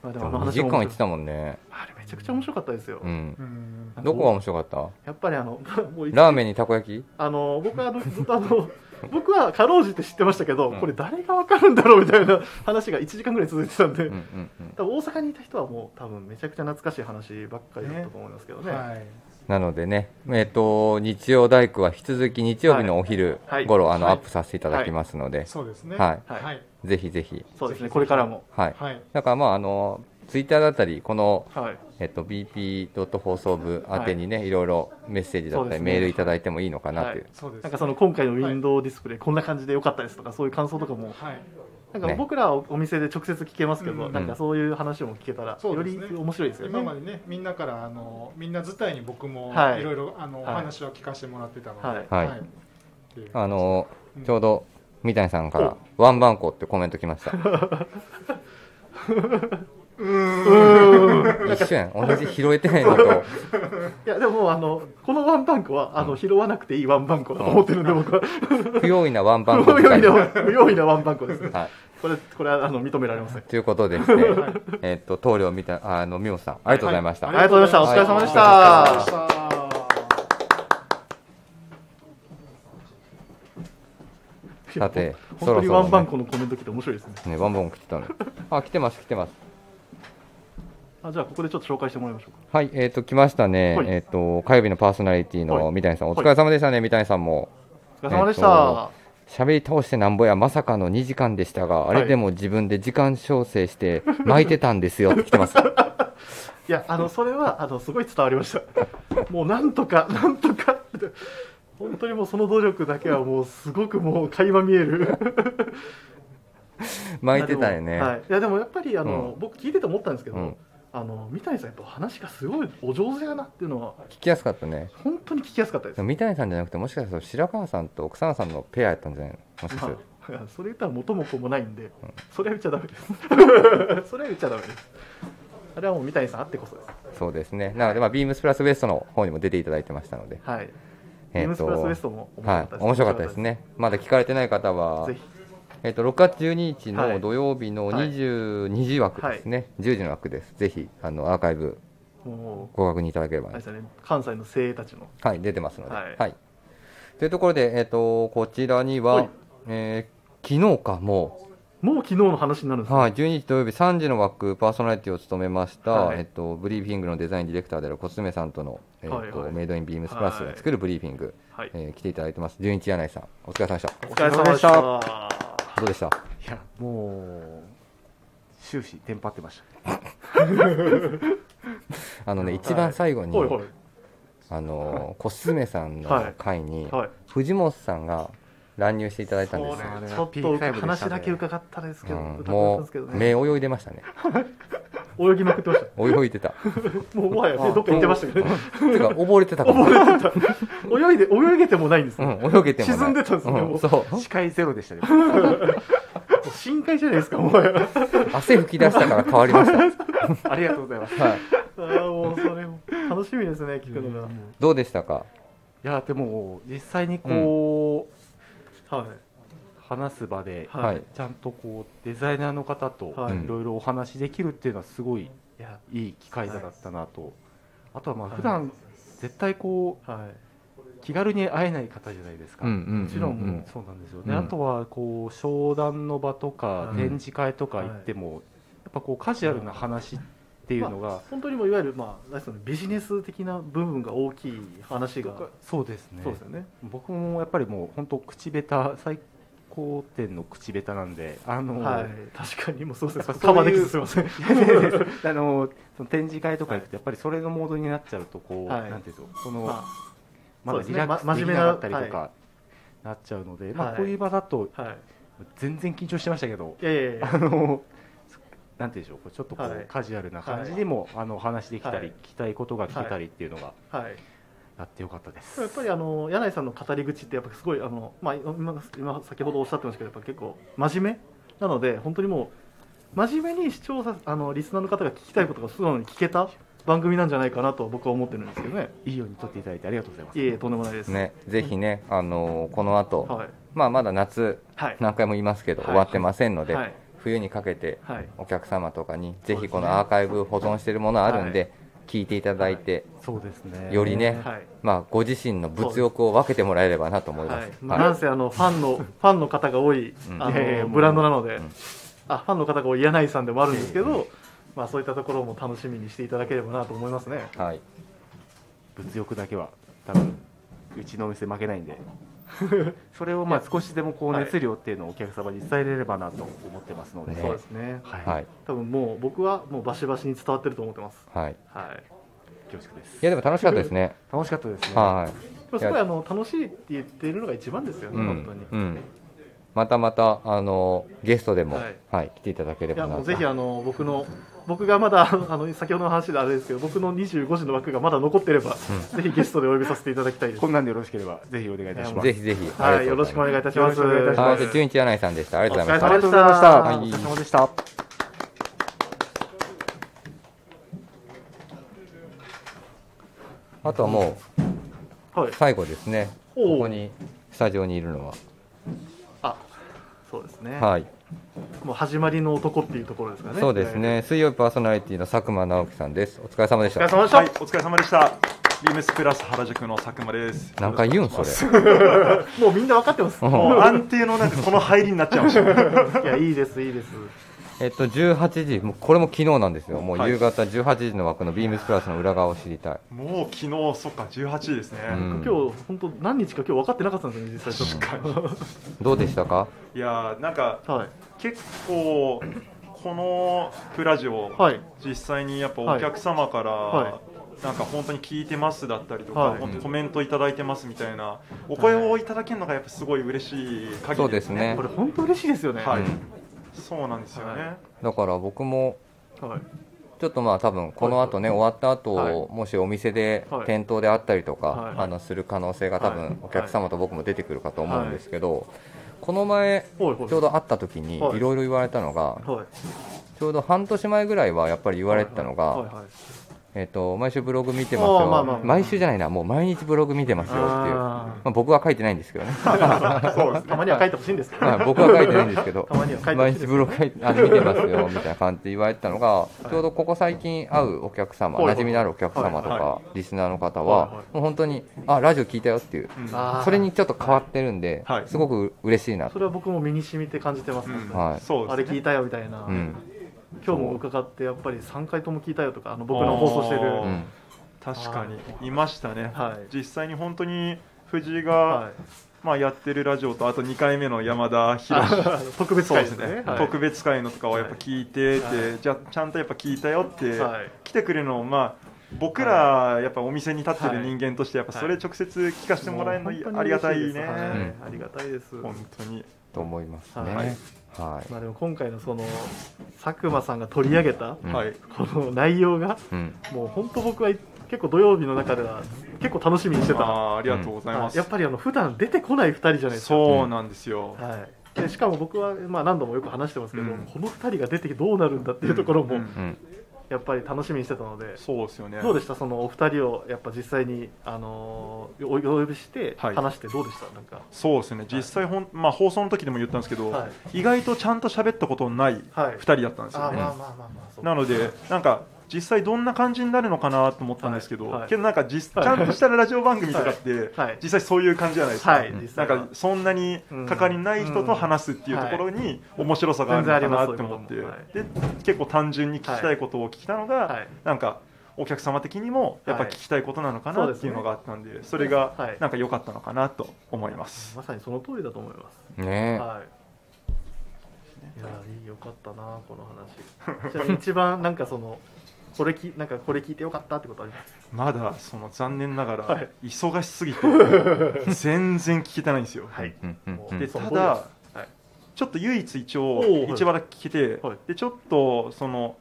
[SPEAKER 2] まあでもあの
[SPEAKER 1] 2
[SPEAKER 2] 話
[SPEAKER 1] 時
[SPEAKER 2] も
[SPEAKER 1] 間
[SPEAKER 2] 面
[SPEAKER 1] 行っ
[SPEAKER 2] 白
[SPEAKER 1] て
[SPEAKER 2] い
[SPEAKER 1] たもんね。
[SPEAKER 2] あれめちゃくちゃ面白かったですよ、
[SPEAKER 1] うん。
[SPEAKER 7] うん
[SPEAKER 1] どこが面白かっ
[SPEAKER 2] やっぱりあの もう
[SPEAKER 1] た
[SPEAKER 2] い
[SPEAKER 1] ラーメンにたこ焼き
[SPEAKER 2] あの僕はあのずっとあの僕はかろうじて知ってましたけど、これ誰がわかるんだろうみたいな 話が1時間ぐらい続いてたん
[SPEAKER 1] う
[SPEAKER 2] で、
[SPEAKER 1] んうんうん。
[SPEAKER 2] 多分大阪にいた人はもう多分めちゃくちゃ懐かしい話ばっかりだったと思いますけどね
[SPEAKER 7] はい
[SPEAKER 1] なのでね、えっ、と、日曜大工は引き続き日曜日のお昼頃、
[SPEAKER 2] はい
[SPEAKER 1] あの、
[SPEAKER 2] はい
[SPEAKER 1] アップさせていただきますので、
[SPEAKER 7] そうですね
[SPEAKER 1] はい
[SPEAKER 7] はいはい、
[SPEAKER 1] ぜひぜひ。
[SPEAKER 2] そうですねこれからも
[SPEAKER 1] はい。だからまあ、あの、ツイッターだったり、この、
[SPEAKER 2] はい
[SPEAKER 1] えっと、BP. 放送部宛てにね、い、ろいろメッセージだ
[SPEAKER 2] そ
[SPEAKER 1] っ
[SPEAKER 2] う
[SPEAKER 1] た
[SPEAKER 2] で
[SPEAKER 1] り、
[SPEAKER 2] すね
[SPEAKER 1] メールいただいてもいいのかなという。
[SPEAKER 2] は
[SPEAKER 7] そうです
[SPEAKER 2] なんかその今回のウィンドウディスプレイこんな感じで良かったですとかそういう感想とかも
[SPEAKER 7] はい
[SPEAKER 2] なんか
[SPEAKER 1] ね
[SPEAKER 2] 僕らはお店で直接聞けますけど、
[SPEAKER 7] うん
[SPEAKER 2] なんかそういう話も聞けたら
[SPEAKER 7] そ
[SPEAKER 2] よ
[SPEAKER 7] うです
[SPEAKER 2] り
[SPEAKER 7] ね
[SPEAKER 2] 面白いですよね。
[SPEAKER 7] 今までねみんなからあのみんな自体に僕も
[SPEAKER 2] はい
[SPEAKER 7] いろいろあのお
[SPEAKER 2] はい
[SPEAKER 7] 話を聞かせてもらってたので、
[SPEAKER 2] はい
[SPEAKER 1] はい
[SPEAKER 7] っていう
[SPEAKER 1] あの
[SPEAKER 7] うん
[SPEAKER 1] ちょうど三谷さんから「ワンバンコ」ってコメント来ました一緒やん同じ拾えてないのと
[SPEAKER 2] いやでももうあのこのワンバンコはあの拾わなくていいワンバンコだと思ってるんで僕は
[SPEAKER 1] 不用意なワンバン
[SPEAKER 2] 不
[SPEAKER 1] コ
[SPEAKER 2] 用意な
[SPEAKER 1] は
[SPEAKER 2] 不用意なワンバンコですね。
[SPEAKER 1] い
[SPEAKER 2] これこれはあの認められません。
[SPEAKER 1] ということでして、えっと棟梁みたあの美穂さんありがとうございました、
[SPEAKER 2] ありがとうございました。お疲れ様でし
[SPEAKER 7] ありがとうございまし。
[SPEAKER 2] た
[SPEAKER 7] た
[SPEAKER 1] さてそ
[SPEAKER 2] 本当
[SPEAKER 1] ろ
[SPEAKER 2] に
[SPEAKER 1] そ
[SPEAKER 2] ワンバ
[SPEAKER 1] ろ
[SPEAKER 2] ン
[SPEAKER 1] ね
[SPEAKER 2] コのコメント来て面白いですね。
[SPEAKER 1] ねワンバンコ来てたのあ来てます来てます
[SPEAKER 2] あじゃあここでちょっと紹介してもらいましょうか。
[SPEAKER 1] はいえっ、と来ましたね、
[SPEAKER 2] はい
[SPEAKER 1] えっ、と火曜日のパーソナリティ
[SPEAKER 2] は
[SPEAKER 1] の
[SPEAKER 2] い
[SPEAKER 1] 三谷さんお疲れ様でしたね、三谷さんも
[SPEAKER 2] お疲れ様でした。
[SPEAKER 1] 喋り倒してなんぼやまさかの2時間でしたがあれでも自分で時間調整して巻いてたんですよって来て ます
[SPEAKER 2] いやあのそれはあのすごい伝わりました。もうなんとかなんとか本当にもうその努力だけはもうすごくもう垣間見える
[SPEAKER 1] 巻いてたよね、
[SPEAKER 2] はい、いやでもやっぱりあの、
[SPEAKER 1] う
[SPEAKER 2] 僕聞いてて思ったんですけど、
[SPEAKER 1] うん
[SPEAKER 2] あの三谷さんやっぱ話がすごいお上手やなっていうのは
[SPEAKER 1] 聞きやすかったね
[SPEAKER 2] 本当に聞きやすかったです
[SPEAKER 1] でも三谷さんじゃなくてもしかしたら白川さんと奥沢さんのペアやったんじゃないのもしかしたら、
[SPEAKER 2] まあ、そ れ言ったら元も子もないんで、それは言っちゃダメです。 それは言っちゃダメです。あれはもう三谷さんあってこそです。
[SPEAKER 1] そうですねなので、まあ、ビームスプラスウエストの方にも出ていただいてましたので
[SPEAKER 2] はい。ビ
[SPEAKER 1] え
[SPEAKER 2] ーム
[SPEAKER 1] っ
[SPEAKER 2] ス
[SPEAKER 1] と
[SPEAKER 2] プラスウエストも
[SPEAKER 1] はい、
[SPEAKER 2] 面白かったです。
[SPEAKER 1] 面白かったですねまだ聞かれてない方は
[SPEAKER 2] ぜひ。
[SPEAKER 1] えっと6月12日
[SPEAKER 2] は
[SPEAKER 1] の
[SPEAKER 2] い
[SPEAKER 1] 土曜日の
[SPEAKER 2] はい
[SPEAKER 1] 22時枠ですね、10時の枠ですぜひあのアーカイブ
[SPEAKER 2] も
[SPEAKER 1] ご確認いただければ
[SPEAKER 2] う、あ
[SPEAKER 1] な
[SPEAKER 2] れですよね、関西の精鋭たちの。
[SPEAKER 1] はい、出てますので。は
[SPEAKER 2] はいい。
[SPEAKER 1] というところで、えっ、と、こちらに
[SPEAKER 2] は、
[SPEAKER 1] はいえー昨日か、も
[SPEAKER 2] もう昨日の話になるん
[SPEAKER 1] う、
[SPEAKER 2] ですね
[SPEAKER 1] はい、12日土曜日3時の枠、パーソナリティを務めました、
[SPEAKER 2] はい
[SPEAKER 1] えっ、と、ブリーフィングのデザインディレクターであるコツメさんとの、えっ、と、
[SPEAKER 2] はいはい
[SPEAKER 1] メイドインビームスプラスが作るブリーフィング、
[SPEAKER 2] はい。
[SPEAKER 1] えー来ていただいてます。純一柳井さん、お疲れ様でした。
[SPEAKER 2] お疲れ様でした。は
[SPEAKER 1] どうでした
[SPEAKER 8] いやもう終始テンパってました
[SPEAKER 1] あのね、一番最後
[SPEAKER 2] い
[SPEAKER 1] に、
[SPEAKER 2] は
[SPEAKER 1] あのー、コツメさん
[SPEAKER 2] は
[SPEAKER 1] の
[SPEAKER 2] い
[SPEAKER 1] 会に、
[SPEAKER 2] い。はい。
[SPEAKER 1] 藤本さんが乱入していただいたんですよ。
[SPEAKER 2] そうね
[SPEAKER 8] あれ
[SPEAKER 2] ち
[SPEAKER 8] は
[SPEAKER 2] ょっ
[SPEAKER 8] ピークタイム
[SPEAKER 2] と
[SPEAKER 8] でしたね
[SPEAKER 2] 話だけ伺ったらですけ
[SPEAKER 1] う
[SPEAKER 2] ど、
[SPEAKER 1] ん、
[SPEAKER 2] 伺ったん
[SPEAKER 1] も
[SPEAKER 2] ですけど
[SPEAKER 1] う、
[SPEAKER 2] ね。
[SPEAKER 1] 目泳いでましたね。
[SPEAKER 2] 泳ぎまくってました。
[SPEAKER 1] 泳いでた。
[SPEAKER 2] もうもはやね、どっか行ってましたけどね。
[SPEAKER 1] てか溺れてたかも。
[SPEAKER 2] 泳いで、泳げてもないんです
[SPEAKER 1] う
[SPEAKER 2] ね。
[SPEAKER 1] ん、泳げてもない
[SPEAKER 2] 沈んでたんですね
[SPEAKER 1] う
[SPEAKER 2] もう
[SPEAKER 1] そう
[SPEAKER 8] 視界ゼロでしたね
[SPEAKER 2] 深海じゃないですか、もう。
[SPEAKER 1] 汗吹き出したから変わり まし
[SPEAKER 8] ありがとうござい ます
[SPEAKER 1] た、はい、
[SPEAKER 2] ああもうそれも楽しみですね聞くのが、
[SPEAKER 1] どうでしたか
[SPEAKER 8] いやでも実際にこ
[SPEAKER 2] はい、
[SPEAKER 8] う、話す場で
[SPEAKER 1] はい、
[SPEAKER 8] ちゃんとこうデザイナーの方と
[SPEAKER 2] はい
[SPEAKER 8] いろいろお話しできるっていうのはすごい
[SPEAKER 2] いや
[SPEAKER 8] いい機会だったなとあとはまあ
[SPEAKER 2] はい
[SPEAKER 8] 普段絶対こ
[SPEAKER 2] はいう
[SPEAKER 8] 気軽に会えない方じゃないですか
[SPEAKER 1] うんうんうんうん
[SPEAKER 8] もちろんそうなんですよね
[SPEAKER 1] うん
[SPEAKER 8] あとはこう商談の場とか
[SPEAKER 2] うん
[SPEAKER 8] 展示会とか行ってもやっぱこうカジュアルな話っていうの
[SPEAKER 2] ま
[SPEAKER 8] が
[SPEAKER 2] あ本当にもういわゆる、まあ、なんですかねビジネス的な部分が大きい話が、
[SPEAKER 8] そうですね
[SPEAKER 2] そうですよね
[SPEAKER 8] 僕もやっぱりもう本当口下手最高点の口下手なんであの
[SPEAKER 2] はい確かにもうそうで
[SPEAKER 8] や
[SPEAKER 2] す
[SPEAKER 8] っぱ
[SPEAKER 2] カ
[SPEAKER 8] そういう
[SPEAKER 2] バーできずすい ません
[SPEAKER 8] いやいやいや あのその展示会とか行くとやっぱりそれのモードになっちゃうとこう、
[SPEAKER 2] はい
[SPEAKER 8] なんていうんですかその、
[SPEAKER 2] ま
[SPEAKER 8] ま
[SPEAKER 2] そ
[SPEAKER 8] だ
[SPEAKER 2] うです
[SPEAKER 8] リ
[SPEAKER 2] ね
[SPEAKER 8] ラックス
[SPEAKER 2] ま
[SPEAKER 8] で
[SPEAKER 2] 真
[SPEAKER 8] き
[SPEAKER 2] 面
[SPEAKER 8] な
[SPEAKER 2] 目な
[SPEAKER 8] かったりとかなっちゃうので、ま
[SPEAKER 2] は
[SPEAKER 8] あ
[SPEAKER 2] い
[SPEAKER 8] こういう場だと
[SPEAKER 2] あはい
[SPEAKER 8] 全然緊張してましたけど、
[SPEAKER 2] いやいやいや
[SPEAKER 8] あのなんていうんでしょうこうちょっとこう、
[SPEAKER 2] はい
[SPEAKER 8] カジュアルな感じでも、あのお話できたり、
[SPEAKER 2] はい
[SPEAKER 8] 聞きたいことが聞けたりっていうのが
[SPEAKER 2] はい
[SPEAKER 8] やってよかったです。
[SPEAKER 2] やっぱりあの柳井さんの語り口ってやっぱすごいあの、まあ、今今先ほどおっしゃってましたけどやっぱ結構真面目なので本当にもう真面目に視聴者あのリスナーの方が聞きたいことが素直に聞けた番組なんじゃないかなと僕は思ってるんですけどね
[SPEAKER 8] いいように撮っていただいてありがとうございます。
[SPEAKER 2] いえいえとんでもないです、
[SPEAKER 1] ね、ぜひね、あのーこの後、
[SPEAKER 2] はい
[SPEAKER 1] まあまだ夏
[SPEAKER 2] はい
[SPEAKER 1] 何回も言いますけど、
[SPEAKER 2] はい
[SPEAKER 1] 終わってませんので、
[SPEAKER 2] はい
[SPEAKER 1] 冬にかけて
[SPEAKER 2] はい
[SPEAKER 1] お客様とかにぜひこのアーカイブ保存しているものあるんで、聞いていただいて、
[SPEAKER 8] そうですね。
[SPEAKER 1] よりね、
[SPEAKER 2] はい
[SPEAKER 1] まあご自身の物欲を分けてもらえればなと思いま
[SPEAKER 2] はい
[SPEAKER 1] す。
[SPEAKER 2] まあ
[SPEAKER 1] はい
[SPEAKER 2] なんせあのファン のファンの方が多い
[SPEAKER 1] うん
[SPEAKER 2] あ
[SPEAKER 8] いやいや
[SPEAKER 2] の
[SPEAKER 8] もう
[SPEAKER 2] ブランドなので、
[SPEAKER 1] ん
[SPEAKER 2] あファンの方が多い柳井さんでもあるんですけど、まあ、そういったところも楽しみにしていただければなと思いますね。
[SPEAKER 1] はい、
[SPEAKER 8] 物欲だけは多分うちのお店負けないん でそれをまあ少しでもこう
[SPEAKER 2] はい
[SPEAKER 8] 熱量っていうのをお客様に伝えれればなと思ってますので、
[SPEAKER 1] ね
[SPEAKER 2] そうですね
[SPEAKER 8] はい、
[SPEAKER 1] はい、
[SPEAKER 2] 多分もう僕はもうバシバシに伝わってると思ってます。
[SPEAKER 1] はい。
[SPEAKER 2] はい。
[SPEAKER 8] 恐縮です
[SPEAKER 1] いや、でも楽しかったですね。
[SPEAKER 8] 楽しかったですね
[SPEAKER 1] はい。
[SPEAKER 2] すごいあの楽しいって言ってるのが一番ですよね、
[SPEAKER 1] うん
[SPEAKER 2] 本当に。
[SPEAKER 1] うん、またまたあのゲストでも、は
[SPEAKER 2] はいい
[SPEAKER 1] 来ていただけれ
[SPEAKER 2] いや
[SPEAKER 1] ばな
[SPEAKER 2] も
[SPEAKER 1] と
[SPEAKER 2] うぜひあの僕の僕がまだあの先ほどの話であれですけど僕の25時の枠がまだ残ってれば、ぜひゲストでお呼びさせていただきたいです
[SPEAKER 8] こ。んなんでよろしければぜひお願いいたします
[SPEAKER 1] ぜひぜひ
[SPEAKER 2] はい、よろしくお願いいたします。
[SPEAKER 8] よろしくお願いいたし
[SPEAKER 1] は
[SPEAKER 8] ま
[SPEAKER 1] い、
[SPEAKER 8] す
[SPEAKER 1] じゃあ純一柳井さんでしたありがとうございま
[SPEAKER 2] お疲
[SPEAKER 1] し
[SPEAKER 2] れ
[SPEAKER 1] た
[SPEAKER 2] 様でした
[SPEAKER 8] ありがとうございましたお疲れ様でした
[SPEAKER 1] あとはも、
[SPEAKER 2] はいう
[SPEAKER 1] 最後ですね
[SPEAKER 2] おう
[SPEAKER 1] ここにスタジオにいるのは、
[SPEAKER 2] あそうですね、
[SPEAKER 1] はい、
[SPEAKER 2] もう始まりの男っていうところですかね。
[SPEAKER 1] そうですね水曜日パーソナリティの佐久間直樹さんですお疲れ様でし
[SPEAKER 2] お疲れ
[SPEAKER 1] た
[SPEAKER 2] 様でした。
[SPEAKER 9] はい、お疲れ様でした。ビームスプラス原宿の佐久間です。
[SPEAKER 1] 何回言うんそれ
[SPEAKER 2] もうみんな分かっ てます。
[SPEAKER 1] うん
[SPEAKER 9] もう安定のなんかこの入りになっちゃいました。
[SPEAKER 2] いや、いいです、いいです。
[SPEAKER 1] えっと18時もうこれも昨日なんですよもう夕方18時の枠のビームスプラスの裏側を知りたい、
[SPEAKER 9] もう昨日そっか18時ですね。
[SPEAKER 1] うん
[SPEAKER 2] 今日、本当何日か今日分かってなかったんですよね、実際ちょっと。
[SPEAKER 1] どうでしたか
[SPEAKER 9] いやーなんか
[SPEAKER 2] はい。
[SPEAKER 9] 結構このプラジオ、
[SPEAKER 2] はい。
[SPEAKER 9] 実際にやっぱお客様から、
[SPEAKER 2] はい
[SPEAKER 9] なんか本当に聞いてますだったりとか、
[SPEAKER 2] はい
[SPEAKER 9] 本当にコメントいただいてますみたいな、お声をいただけるのがやっぱすごい嬉しい限
[SPEAKER 1] そう
[SPEAKER 9] りで
[SPEAKER 1] ですす
[SPEAKER 9] ね。
[SPEAKER 1] ね
[SPEAKER 2] これ本当嬉しいですよね。
[SPEAKER 9] はい、
[SPEAKER 1] うん
[SPEAKER 9] そうなんですよね。
[SPEAKER 2] は
[SPEAKER 1] だから僕も
[SPEAKER 2] はい
[SPEAKER 1] ちょっとまあ多分この後ね終わった後、
[SPEAKER 2] はい
[SPEAKER 1] もしお店で
[SPEAKER 2] はい
[SPEAKER 1] 店頭であったりとか、
[SPEAKER 2] はい
[SPEAKER 1] あのする可能性が多
[SPEAKER 2] はい
[SPEAKER 1] 分お客様と僕も出てくるかと思うんですけど、この前ち
[SPEAKER 2] ほい
[SPEAKER 1] ょ
[SPEAKER 2] ほいう
[SPEAKER 1] ど会った時にい
[SPEAKER 2] はい
[SPEAKER 1] ろいろ言われたのが
[SPEAKER 2] はい
[SPEAKER 1] ちょうど半年前ぐらいはやっぱり言われてたのが、
[SPEAKER 2] はいはい
[SPEAKER 1] えっと毎週ブログ見てます
[SPEAKER 2] あ
[SPEAKER 1] よ、
[SPEAKER 2] ーまあまあまあ
[SPEAKER 1] 毎週じゃないなもう毎日ブログ見てますよっていう
[SPEAKER 2] あ
[SPEAKER 1] まあ、僕は書いてないんですけどね
[SPEAKER 2] ーたまには書いてほしいんですけど。
[SPEAKER 1] まあ僕は書いてないんですけ ど
[SPEAKER 2] たまには書いてほし
[SPEAKER 1] 毎
[SPEAKER 2] いで
[SPEAKER 1] 日
[SPEAKER 2] す
[SPEAKER 1] ブログ書いてあ見てますよみたいな感じで言われてたのが、ちょうどここ最近会うお客様、
[SPEAKER 2] はいはい
[SPEAKER 1] 馴染みのあるお客様とか、
[SPEAKER 9] はいは
[SPEAKER 1] リスナーの方
[SPEAKER 2] はい
[SPEAKER 1] は
[SPEAKER 2] は、
[SPEAKER 1] もう本当に、あラジオ聞いたよっていう、
[SPEAKER 9] うん
[SPEAKER 2] あー
[SPEAKER 1] それにちょっと変わってるんで、
[SPEAKER 9] はい
[SPEAKER 1] すごく嬉しいな
[SPEAKER 2] そ
[SPEAKER 1] と。
[SPEAKER 2] れは僕も身に染みて感じてますね。
[SPEAKER 9] うん
[SPEAKER 1] はい
[SPEAKER 9] そうです
[SPEAKER 2] あ
[SPEAKER 9] ね
[SPEAKER 2] れ聞いたよみたいな、
[SPEAKER 1] うん
[SPEAKER 2] 今日も伺ってやっぱり3回とも聞いたよとかあの僕の放送してる、
[SPEAKER 9] あ
[SPEAKER 1] う
[SPEAKER 9] ー
[SPEAKER 1] ん
[SPEAKER 9] 確かにいましたね、
[SPEAKER 2] はい
[SPEAKER 9] 実際に本当に藤井が、
[SPEAKER 2] は
[SPEAKER 9] まあ、やってるラジオとあと2回目の山田
[SPEAKER 2] い、
[SPEAKER 9] 博
[SPEAKER 2] あ 特別会ですねはい
[SPEAKER 9] 特別会のとかをやっぱ聞いてて、じゃあちゃんとやっぱ聞いたよって、
[SPEAKER 2] はい
[SPEAKER 9] 来てくれるのをまあ僕らやっぱお店に立ってる人間としてやっぱ
[SPEAKER 2] はい
[SPEAKER 9] それ直接聞かせてもらえるの
[SPEAKER 2] もう本当に
[SPEAKER 9] ありがたい
[SPEAKER 2] 嬉し
[SPEAKER 9] ね、
[SPEAKER 2] ですは
[SPEAKER 1] うん
[SPEAKER 2] ありがたいです、
[SPEAKER 9] 本当に
[SPEAKER 1] と思いますね。は
[SPEAKER 2] はいい。まあ、でも今回のその佐久間さんが取り上げた
[SPEAKER 1] うん
[SPEAKER 9] はい
[SPEAKER 2] この内容が
[SPEAKER 1] うん
[SPEAKER 2] もう本当僕は結構土曜日の中では結構楽しみにして
[SPEAKER 9] あ
[SPEAKER 2] た
[SPEAKER 9] ーありがとうございます、
[SPEAKER 2] やっぱりあの普段出てこない2人じゃないですか
[SPEAKER 9] そうなんですよ、
[SPEAKER 2] はい、でしかも僕は、まあ、何度もよく話してますけど、
[SPEAKER 9] うん
[SPEAKER 2] この2人が出てきてどうなるんだっていうところ
[SPEAKER 9] う
[SPEAKER 2] も
[SPEAKER 9] ん
[SPEAKER 1] うん
[SPEAKER 2] やっぱり楽しみにしてたので、
[SPEAKER 9] そうですよね
[SPEAKER 2] どうでしたそのお二人をやっぱ実際に、あのーおお呼びして
[SPEAKER 9] はい
[SPEAKER 2] 話してどうでした、なんか
[SPEAKER 9] そうですね実際ほん、まあ、放送の時でも言ったんですけど、
[SPEAKER 2] は
[SPEAKER 9] 意外とちゃんと喋ったことのない
[SPEAKER 2] はい
[SPEAKER 9] 2人だったんですよ
[SPEAKER 2] あー
[SPEAKER 9] ね、
[SPEAKER 2] まあまあまあまあそう
[SPEAKER 9] なのでなんか実際どんな感じになるのかなと思ったんですけど、
[SPEAKER 2] はいはい
[SPEAKER 9] けどなんか実、
[SPEAKER 2] はい
[SPEAKER 9] ちゃんとしたラジオ番組とかって、
[SPEAKER 2] はいはい
[SPEAKER 9] 実際そういう感じじゃないですか、
[SPEAKER 2] はい実
[SPEAKER 9] な
[SPEAKER 2] 際
[SPEAKER 9] ん
[SPEAKER 2] は
[SPEAKER 9] かそんなに関わりない人と話すっていうところに面白さがあるのかなって思って、
[SPEAKER 2] 全然あります
[SPEAKER 9] で結構単純に聞きたいことを聞きたのが、
[SPEAKER 2] はい
[SPEAKER 9] なんかお客様的にもやっぱ聞きたいことなのかな
[SPEAKER 2] はい
[SPEAKER 9] っていうのがあったんで、それが
[SPEAKER 2] はい
[SPEAKER 9] なんか良かったのかなと思います。
[SPEAKER 2] まさにその通りだと思います、
[SPEAKER 1] ね
[SPEAKER 2] はい、いやーよかったなこの話じゃあ一番なんかそのこれきなんかこれ聞いてよかったってことあります
[SPEAKER 9] まだその残念なが
[SPEAKER 2] は
[SPEAKER 9] ら
[SPEAKER 2] い
[SPEAKER 9] 忙し すぎて全然聞けてないんですよ。
[SPEAKER 2] はい
[SPEAKER 1] うんうん
[SPEAKER 2] も
[SPEAKER 1] う
[SPEAKER 2] うん
[SPEAKER 9] で
[SPEAKER 2] そ
[SPEAKER 9] た
[SPEAKER 2] の通りです
[SPEAKER 9] だ
[SPEAKER 2] はい
[SPEAKER 9] ちょっと唯一一
[SPEAKER 2] お
[SPEAKER 9] 応
[SPEAKER 2] ーはい
[SPEAKER 9] 一話だけ聞けて、
[SPEAKER 2] はい
[SPEAKER 9] でちょっとその、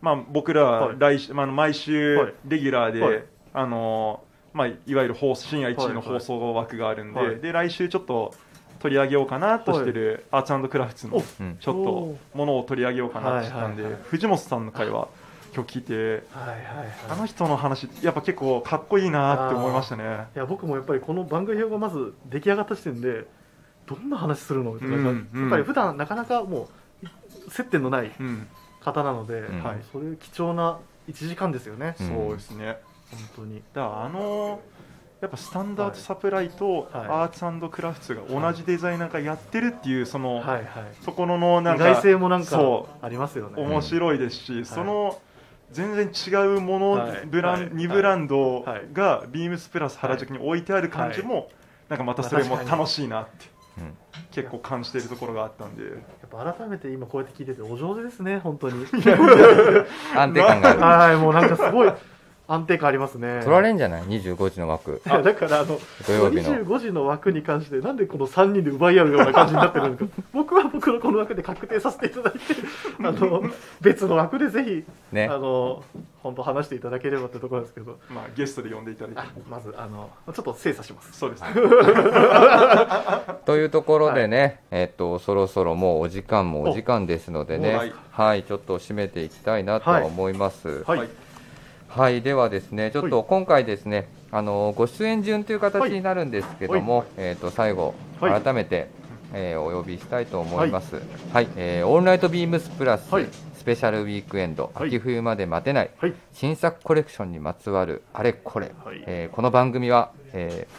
[SPEAKER 9] まあ、僕ら
[SPEAKER 2] はい
[SPEAKER 9] 来週、まああの、毎
[SPEAKER 2] はい
[SPEAKER 9] 週レギュラーで、
[SPEAKER 2] はい
[SPEAKER 9] あのまあ、いわゆる放深夜1位の
[SPEAKER 2] はいは
[SPEAKER 9] 放
[SPEAKER 2] い
[SPEAKER 9] 送枠があるんで,、
[SPEAKER 2] はい
[SPEAKER 9] で来週ちょっと取り上げようかなとしてる、アーツクラフツの
[SPEAKER 2] お
[SPEAKER 1] うん
[SPEAKER 9] ちょっとものを取り上げようかなとしてたんで、
[SPEAKER 2] はいはいは
[SPEAKER 9] 藤本さんの会 は今日聞いて
[SPEAKER 2] はいはいはい
[SPEAKER 9] あの人の話やっぱ結構かっこいいなって思いましたね。
[SPEAKER 2] いや僕もやっぱりこの番組表がまず出来上がった時点でどんな話するのみたいな、
[SPEAKER 9] うんうん
[SPEAKER 2] やっぱり普段なかなかもう接点のない
[SPEAKER 9] うん、
[SPEAKER 2] 方なので、
[SPEAKER 1] ん
[SPEAKER 2] はい、そういう貴重な1時間ですよね、
[SPEAKER 1] ん
[SPEAKER 9] そうですね、
[SPEAKER 2] 本当に
[SPEAKER 9] だからあのやっぱスタンダードサプライと
[SPEAKER 2] はい
[SPEAKER 9] アーツクラフツが同じデザイナーがやってるっていうその、
[SPEAKER 2] はいはい
[SPEAKER 9] そこののなん
[SPEAKER 2] 意
[SPEAKER 9] か
[SPEAKER 2] 外性もなんか
[SPEAKER 9] そ
[SPEAKER 2] ありますよね
[SPEAKER 9] う面白いですし、その全然違うもの、
[SPEAKER 2] はい
[SPEAKER 9] ブラン、
[SPEAKER 2] はい
[SPEAKER 9] 2ブランド
[SPEAKER 2] はい
[SPEAKER 9] がビームスプラス原宿に置いてある感じも、なんかまたそれも楽しいなって
[SPEAKER 1] うん
[SPEAKER 9] 結構感じてるところがあったんで
[SPEAKER 2] やっぱ改めて今こうやって聞いててお上手ですね本当に
[SPEAKER 1] 安定感があ
[SPEAKER 2] はいもうなんかすごい安定感ありますね
[SPEAKER 1] る。取られんじゃない ?25 時の枠。
[SPEAKER 2] いやだからあの
[SPEAKER 1] 土曜日の。
[SPEAKER 2] 25時の枠に関してなんでこの3人で奪い合うような感じになってるの か僕は僕のこの枠で確定させていただいてあの別の枠でぜひ、
[SPEAKER 1] ね
[SPEAKER 2] あ。の本当話していただければってところなんですけど
[SPEAKER 9] まあゲストで呼んでいただいて
[SPEAKER 2] あまずあのちょっと精査します
[SPEAKER 9] そうですね
[SPEAKER 1] というところでね、えっと、そろそろもうお時間もお時間ですのでね、
[SPEAKER 9] お
[SPEAKER 1] は
[SPEAKER 9] はいい、
[SPEAKER 1] ちょっと締めていきたいなとは思います。はい、
[SPEAKER 9] はい
[SPEAKER 1] ではですね、ちょっと今回ですね、あのご出演順という形になるんですけども、えっと最後
[SPEAKER 2] はい
[SPEAKER 1] 改めて、えーお呼びしたいと思います。はい、えーオールナイトビームスプラス、
[SPEAKER 2] はい
[SPEAKER 1] スペシャルウィークエンド、
[SPEAKER 2] はい
[SPEAKER 1] 秋冬まで待てない、
[SPEAKER 2] はい
[SPEAKER 1] 新作コレクションにまつわるあれこれ、
[SPEAKER 2] はい
[SPEAKER 1] えーこの番組は、えー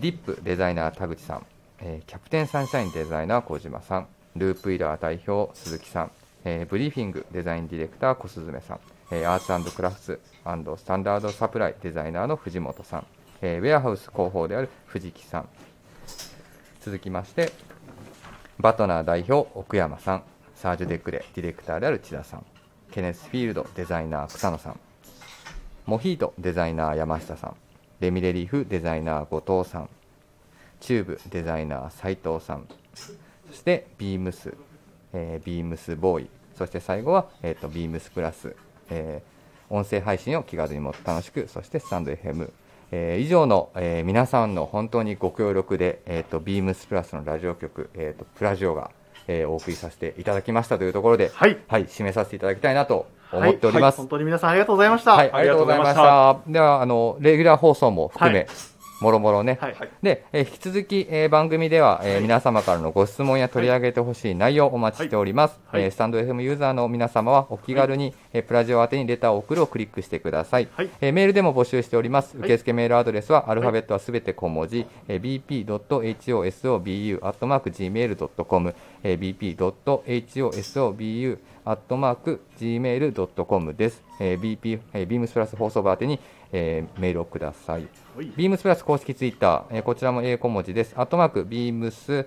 [SPEAKER 1] ディップデザイナー田口さん、えーキャプテンサンシャインデザイナー小島さんループイラー代表鈴木さん、えーブリーフィングデザインディレクター小雀さん、えーアーツクラフツスタンダードサプライデザイナーの藤本さん、えーウェアハウス広報である藤木さん続きましてバトナー代表奥山さんサージュ・デクレディレクターである千田さんケネスフィールドデザイナー草野さんモヒートデザイナー山下さんレミレリーフデザイナー後藤さんチューブデザイナー斉藤さんそしてビームス、えービームスボーイそして最後は、えー、とビームスプラス、えー音声配信を気軽にもっと楽しくそしてスタンド FM えー以上の、えー皆さんの本当にご協力で、えー、とビームスプラスのラジオ局、えー、とプラジオが、えーお送りさせていただきましたというところで、
[SPEAKER 2] はい
[SPEAKER 1] 締めさせていただきたいなと
[SPEAKER 2] は
[SPEAKER 1] 思
[SPEAKER 2] い
[SPEAKER 1] っております
[SPEAKER 2] はい、本当に皆さんありがとうございました。
[SPEAKER 1] はい、ありがとうございました。では、あの、レギュラー放送も含め、
[SPEAKER 2] はい
[SPEAKER 1] もろもろね。
[SPEAKER 2] はい
[SPEAKER 1] で、えー引き続き、えー番組では、えー皆様からのご質問や取り上げてほしい内容をお待ちしております。
[SPEAKER 2] はい
[SPEAKER 1] えースタンド FM ユーザーの皆様はお気軽に、えープラジオ宛てにレターを送るをクリックしてください。
[SPEAKER 2] はい
[SPEAKER 1] えーメールでも募集しております。
[SPEAKER 2] い
[SPEAKER 1] 受付メールアドレスは、アルファベットはすべて小文字、えー bp.hosobu.gmail.com、えー bp.hosobu.gmail.com です。えー BP、えー、ビームスプラス放送部宛てに、えーメールをください。
[SPEAKER 2] はい
[SPEAKER 1] ビームスプラス公式ツイッター、えーこちらも英小文字です。アットマーク、ビームス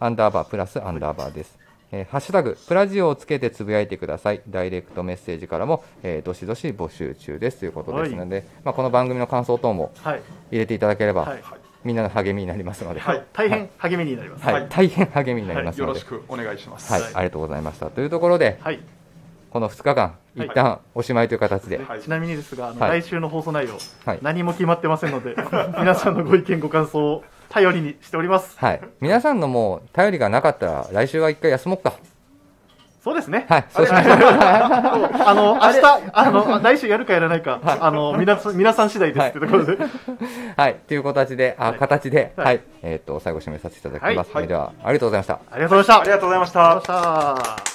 [SPEAKER 1] アンダーバープラスアンダーバーです。えーハッシュタグ、プラジオをつけてつぶやいてください。ダイレクトメッセージからも、えーどしどし募集中ですということですので、まあ、この番組の感想等も
[SPEAKER 2] はい、
[SPEAKER 1] 入れていただければ、
[SPEAKER 2] はい、
[SPEAKER 1] みんなの励みになりますので、
[SPEAKER 2] はい、大変励みになります。
[SPEAKER 1] はい
[SPEAKER 9] はい
[SPEAKER 1] 大変励みになります
[SPEAKER 9] よ
[SPEAKER 1] の
[SPEAKER 9] ろ
[SPEAKER 1] で、
[SPEAKER 9] しくお願いします。
[SPEAKER 1] はいありがとうございました。というところで、
[SPEAKER 2] はい、
[SPEAKER 1] この2日間、一旦おしまいという形で、
[SPEAKER 9] はい
[SPEAKER 2] ちなみにですが、あの
[SPEAKER 1] はい
[SPEAKER 2] 来週の放送内容、
[SPEAKER 1] はい
[SPEAKER 2] 何も決まってませんので、 皆さんのご意見、ご感想を頼りにしております。
[SPEAKER 1] はい、皆さんのもう頼りがなかったら、来週は一回休もうか。
[SPEAKER 2] そうですね。
[SPEAKER 1] はい、そうしましょう。
[SPEAKER 2] あの、明日、あの、来週やるかやらないか、あの、皆さん、皆さん次第ですってところで。
[SPEAKER 1] はい、という形で、あ、
[SPEAKER 2] はい
[SPEAKER 1] 形で、は、
[SPEAKER 2] はいい
[SPEAKER 1] えっ、と、最後締めさせていただきます。
[SPEAKER 2] はい
[SPEAKER 1] それでは、ありがとうございました。
[SPEAKER 2] ありがとうございました。
[SPEAKER 9] ありがとうございました
[SPEAKER 2] ありがとうございました。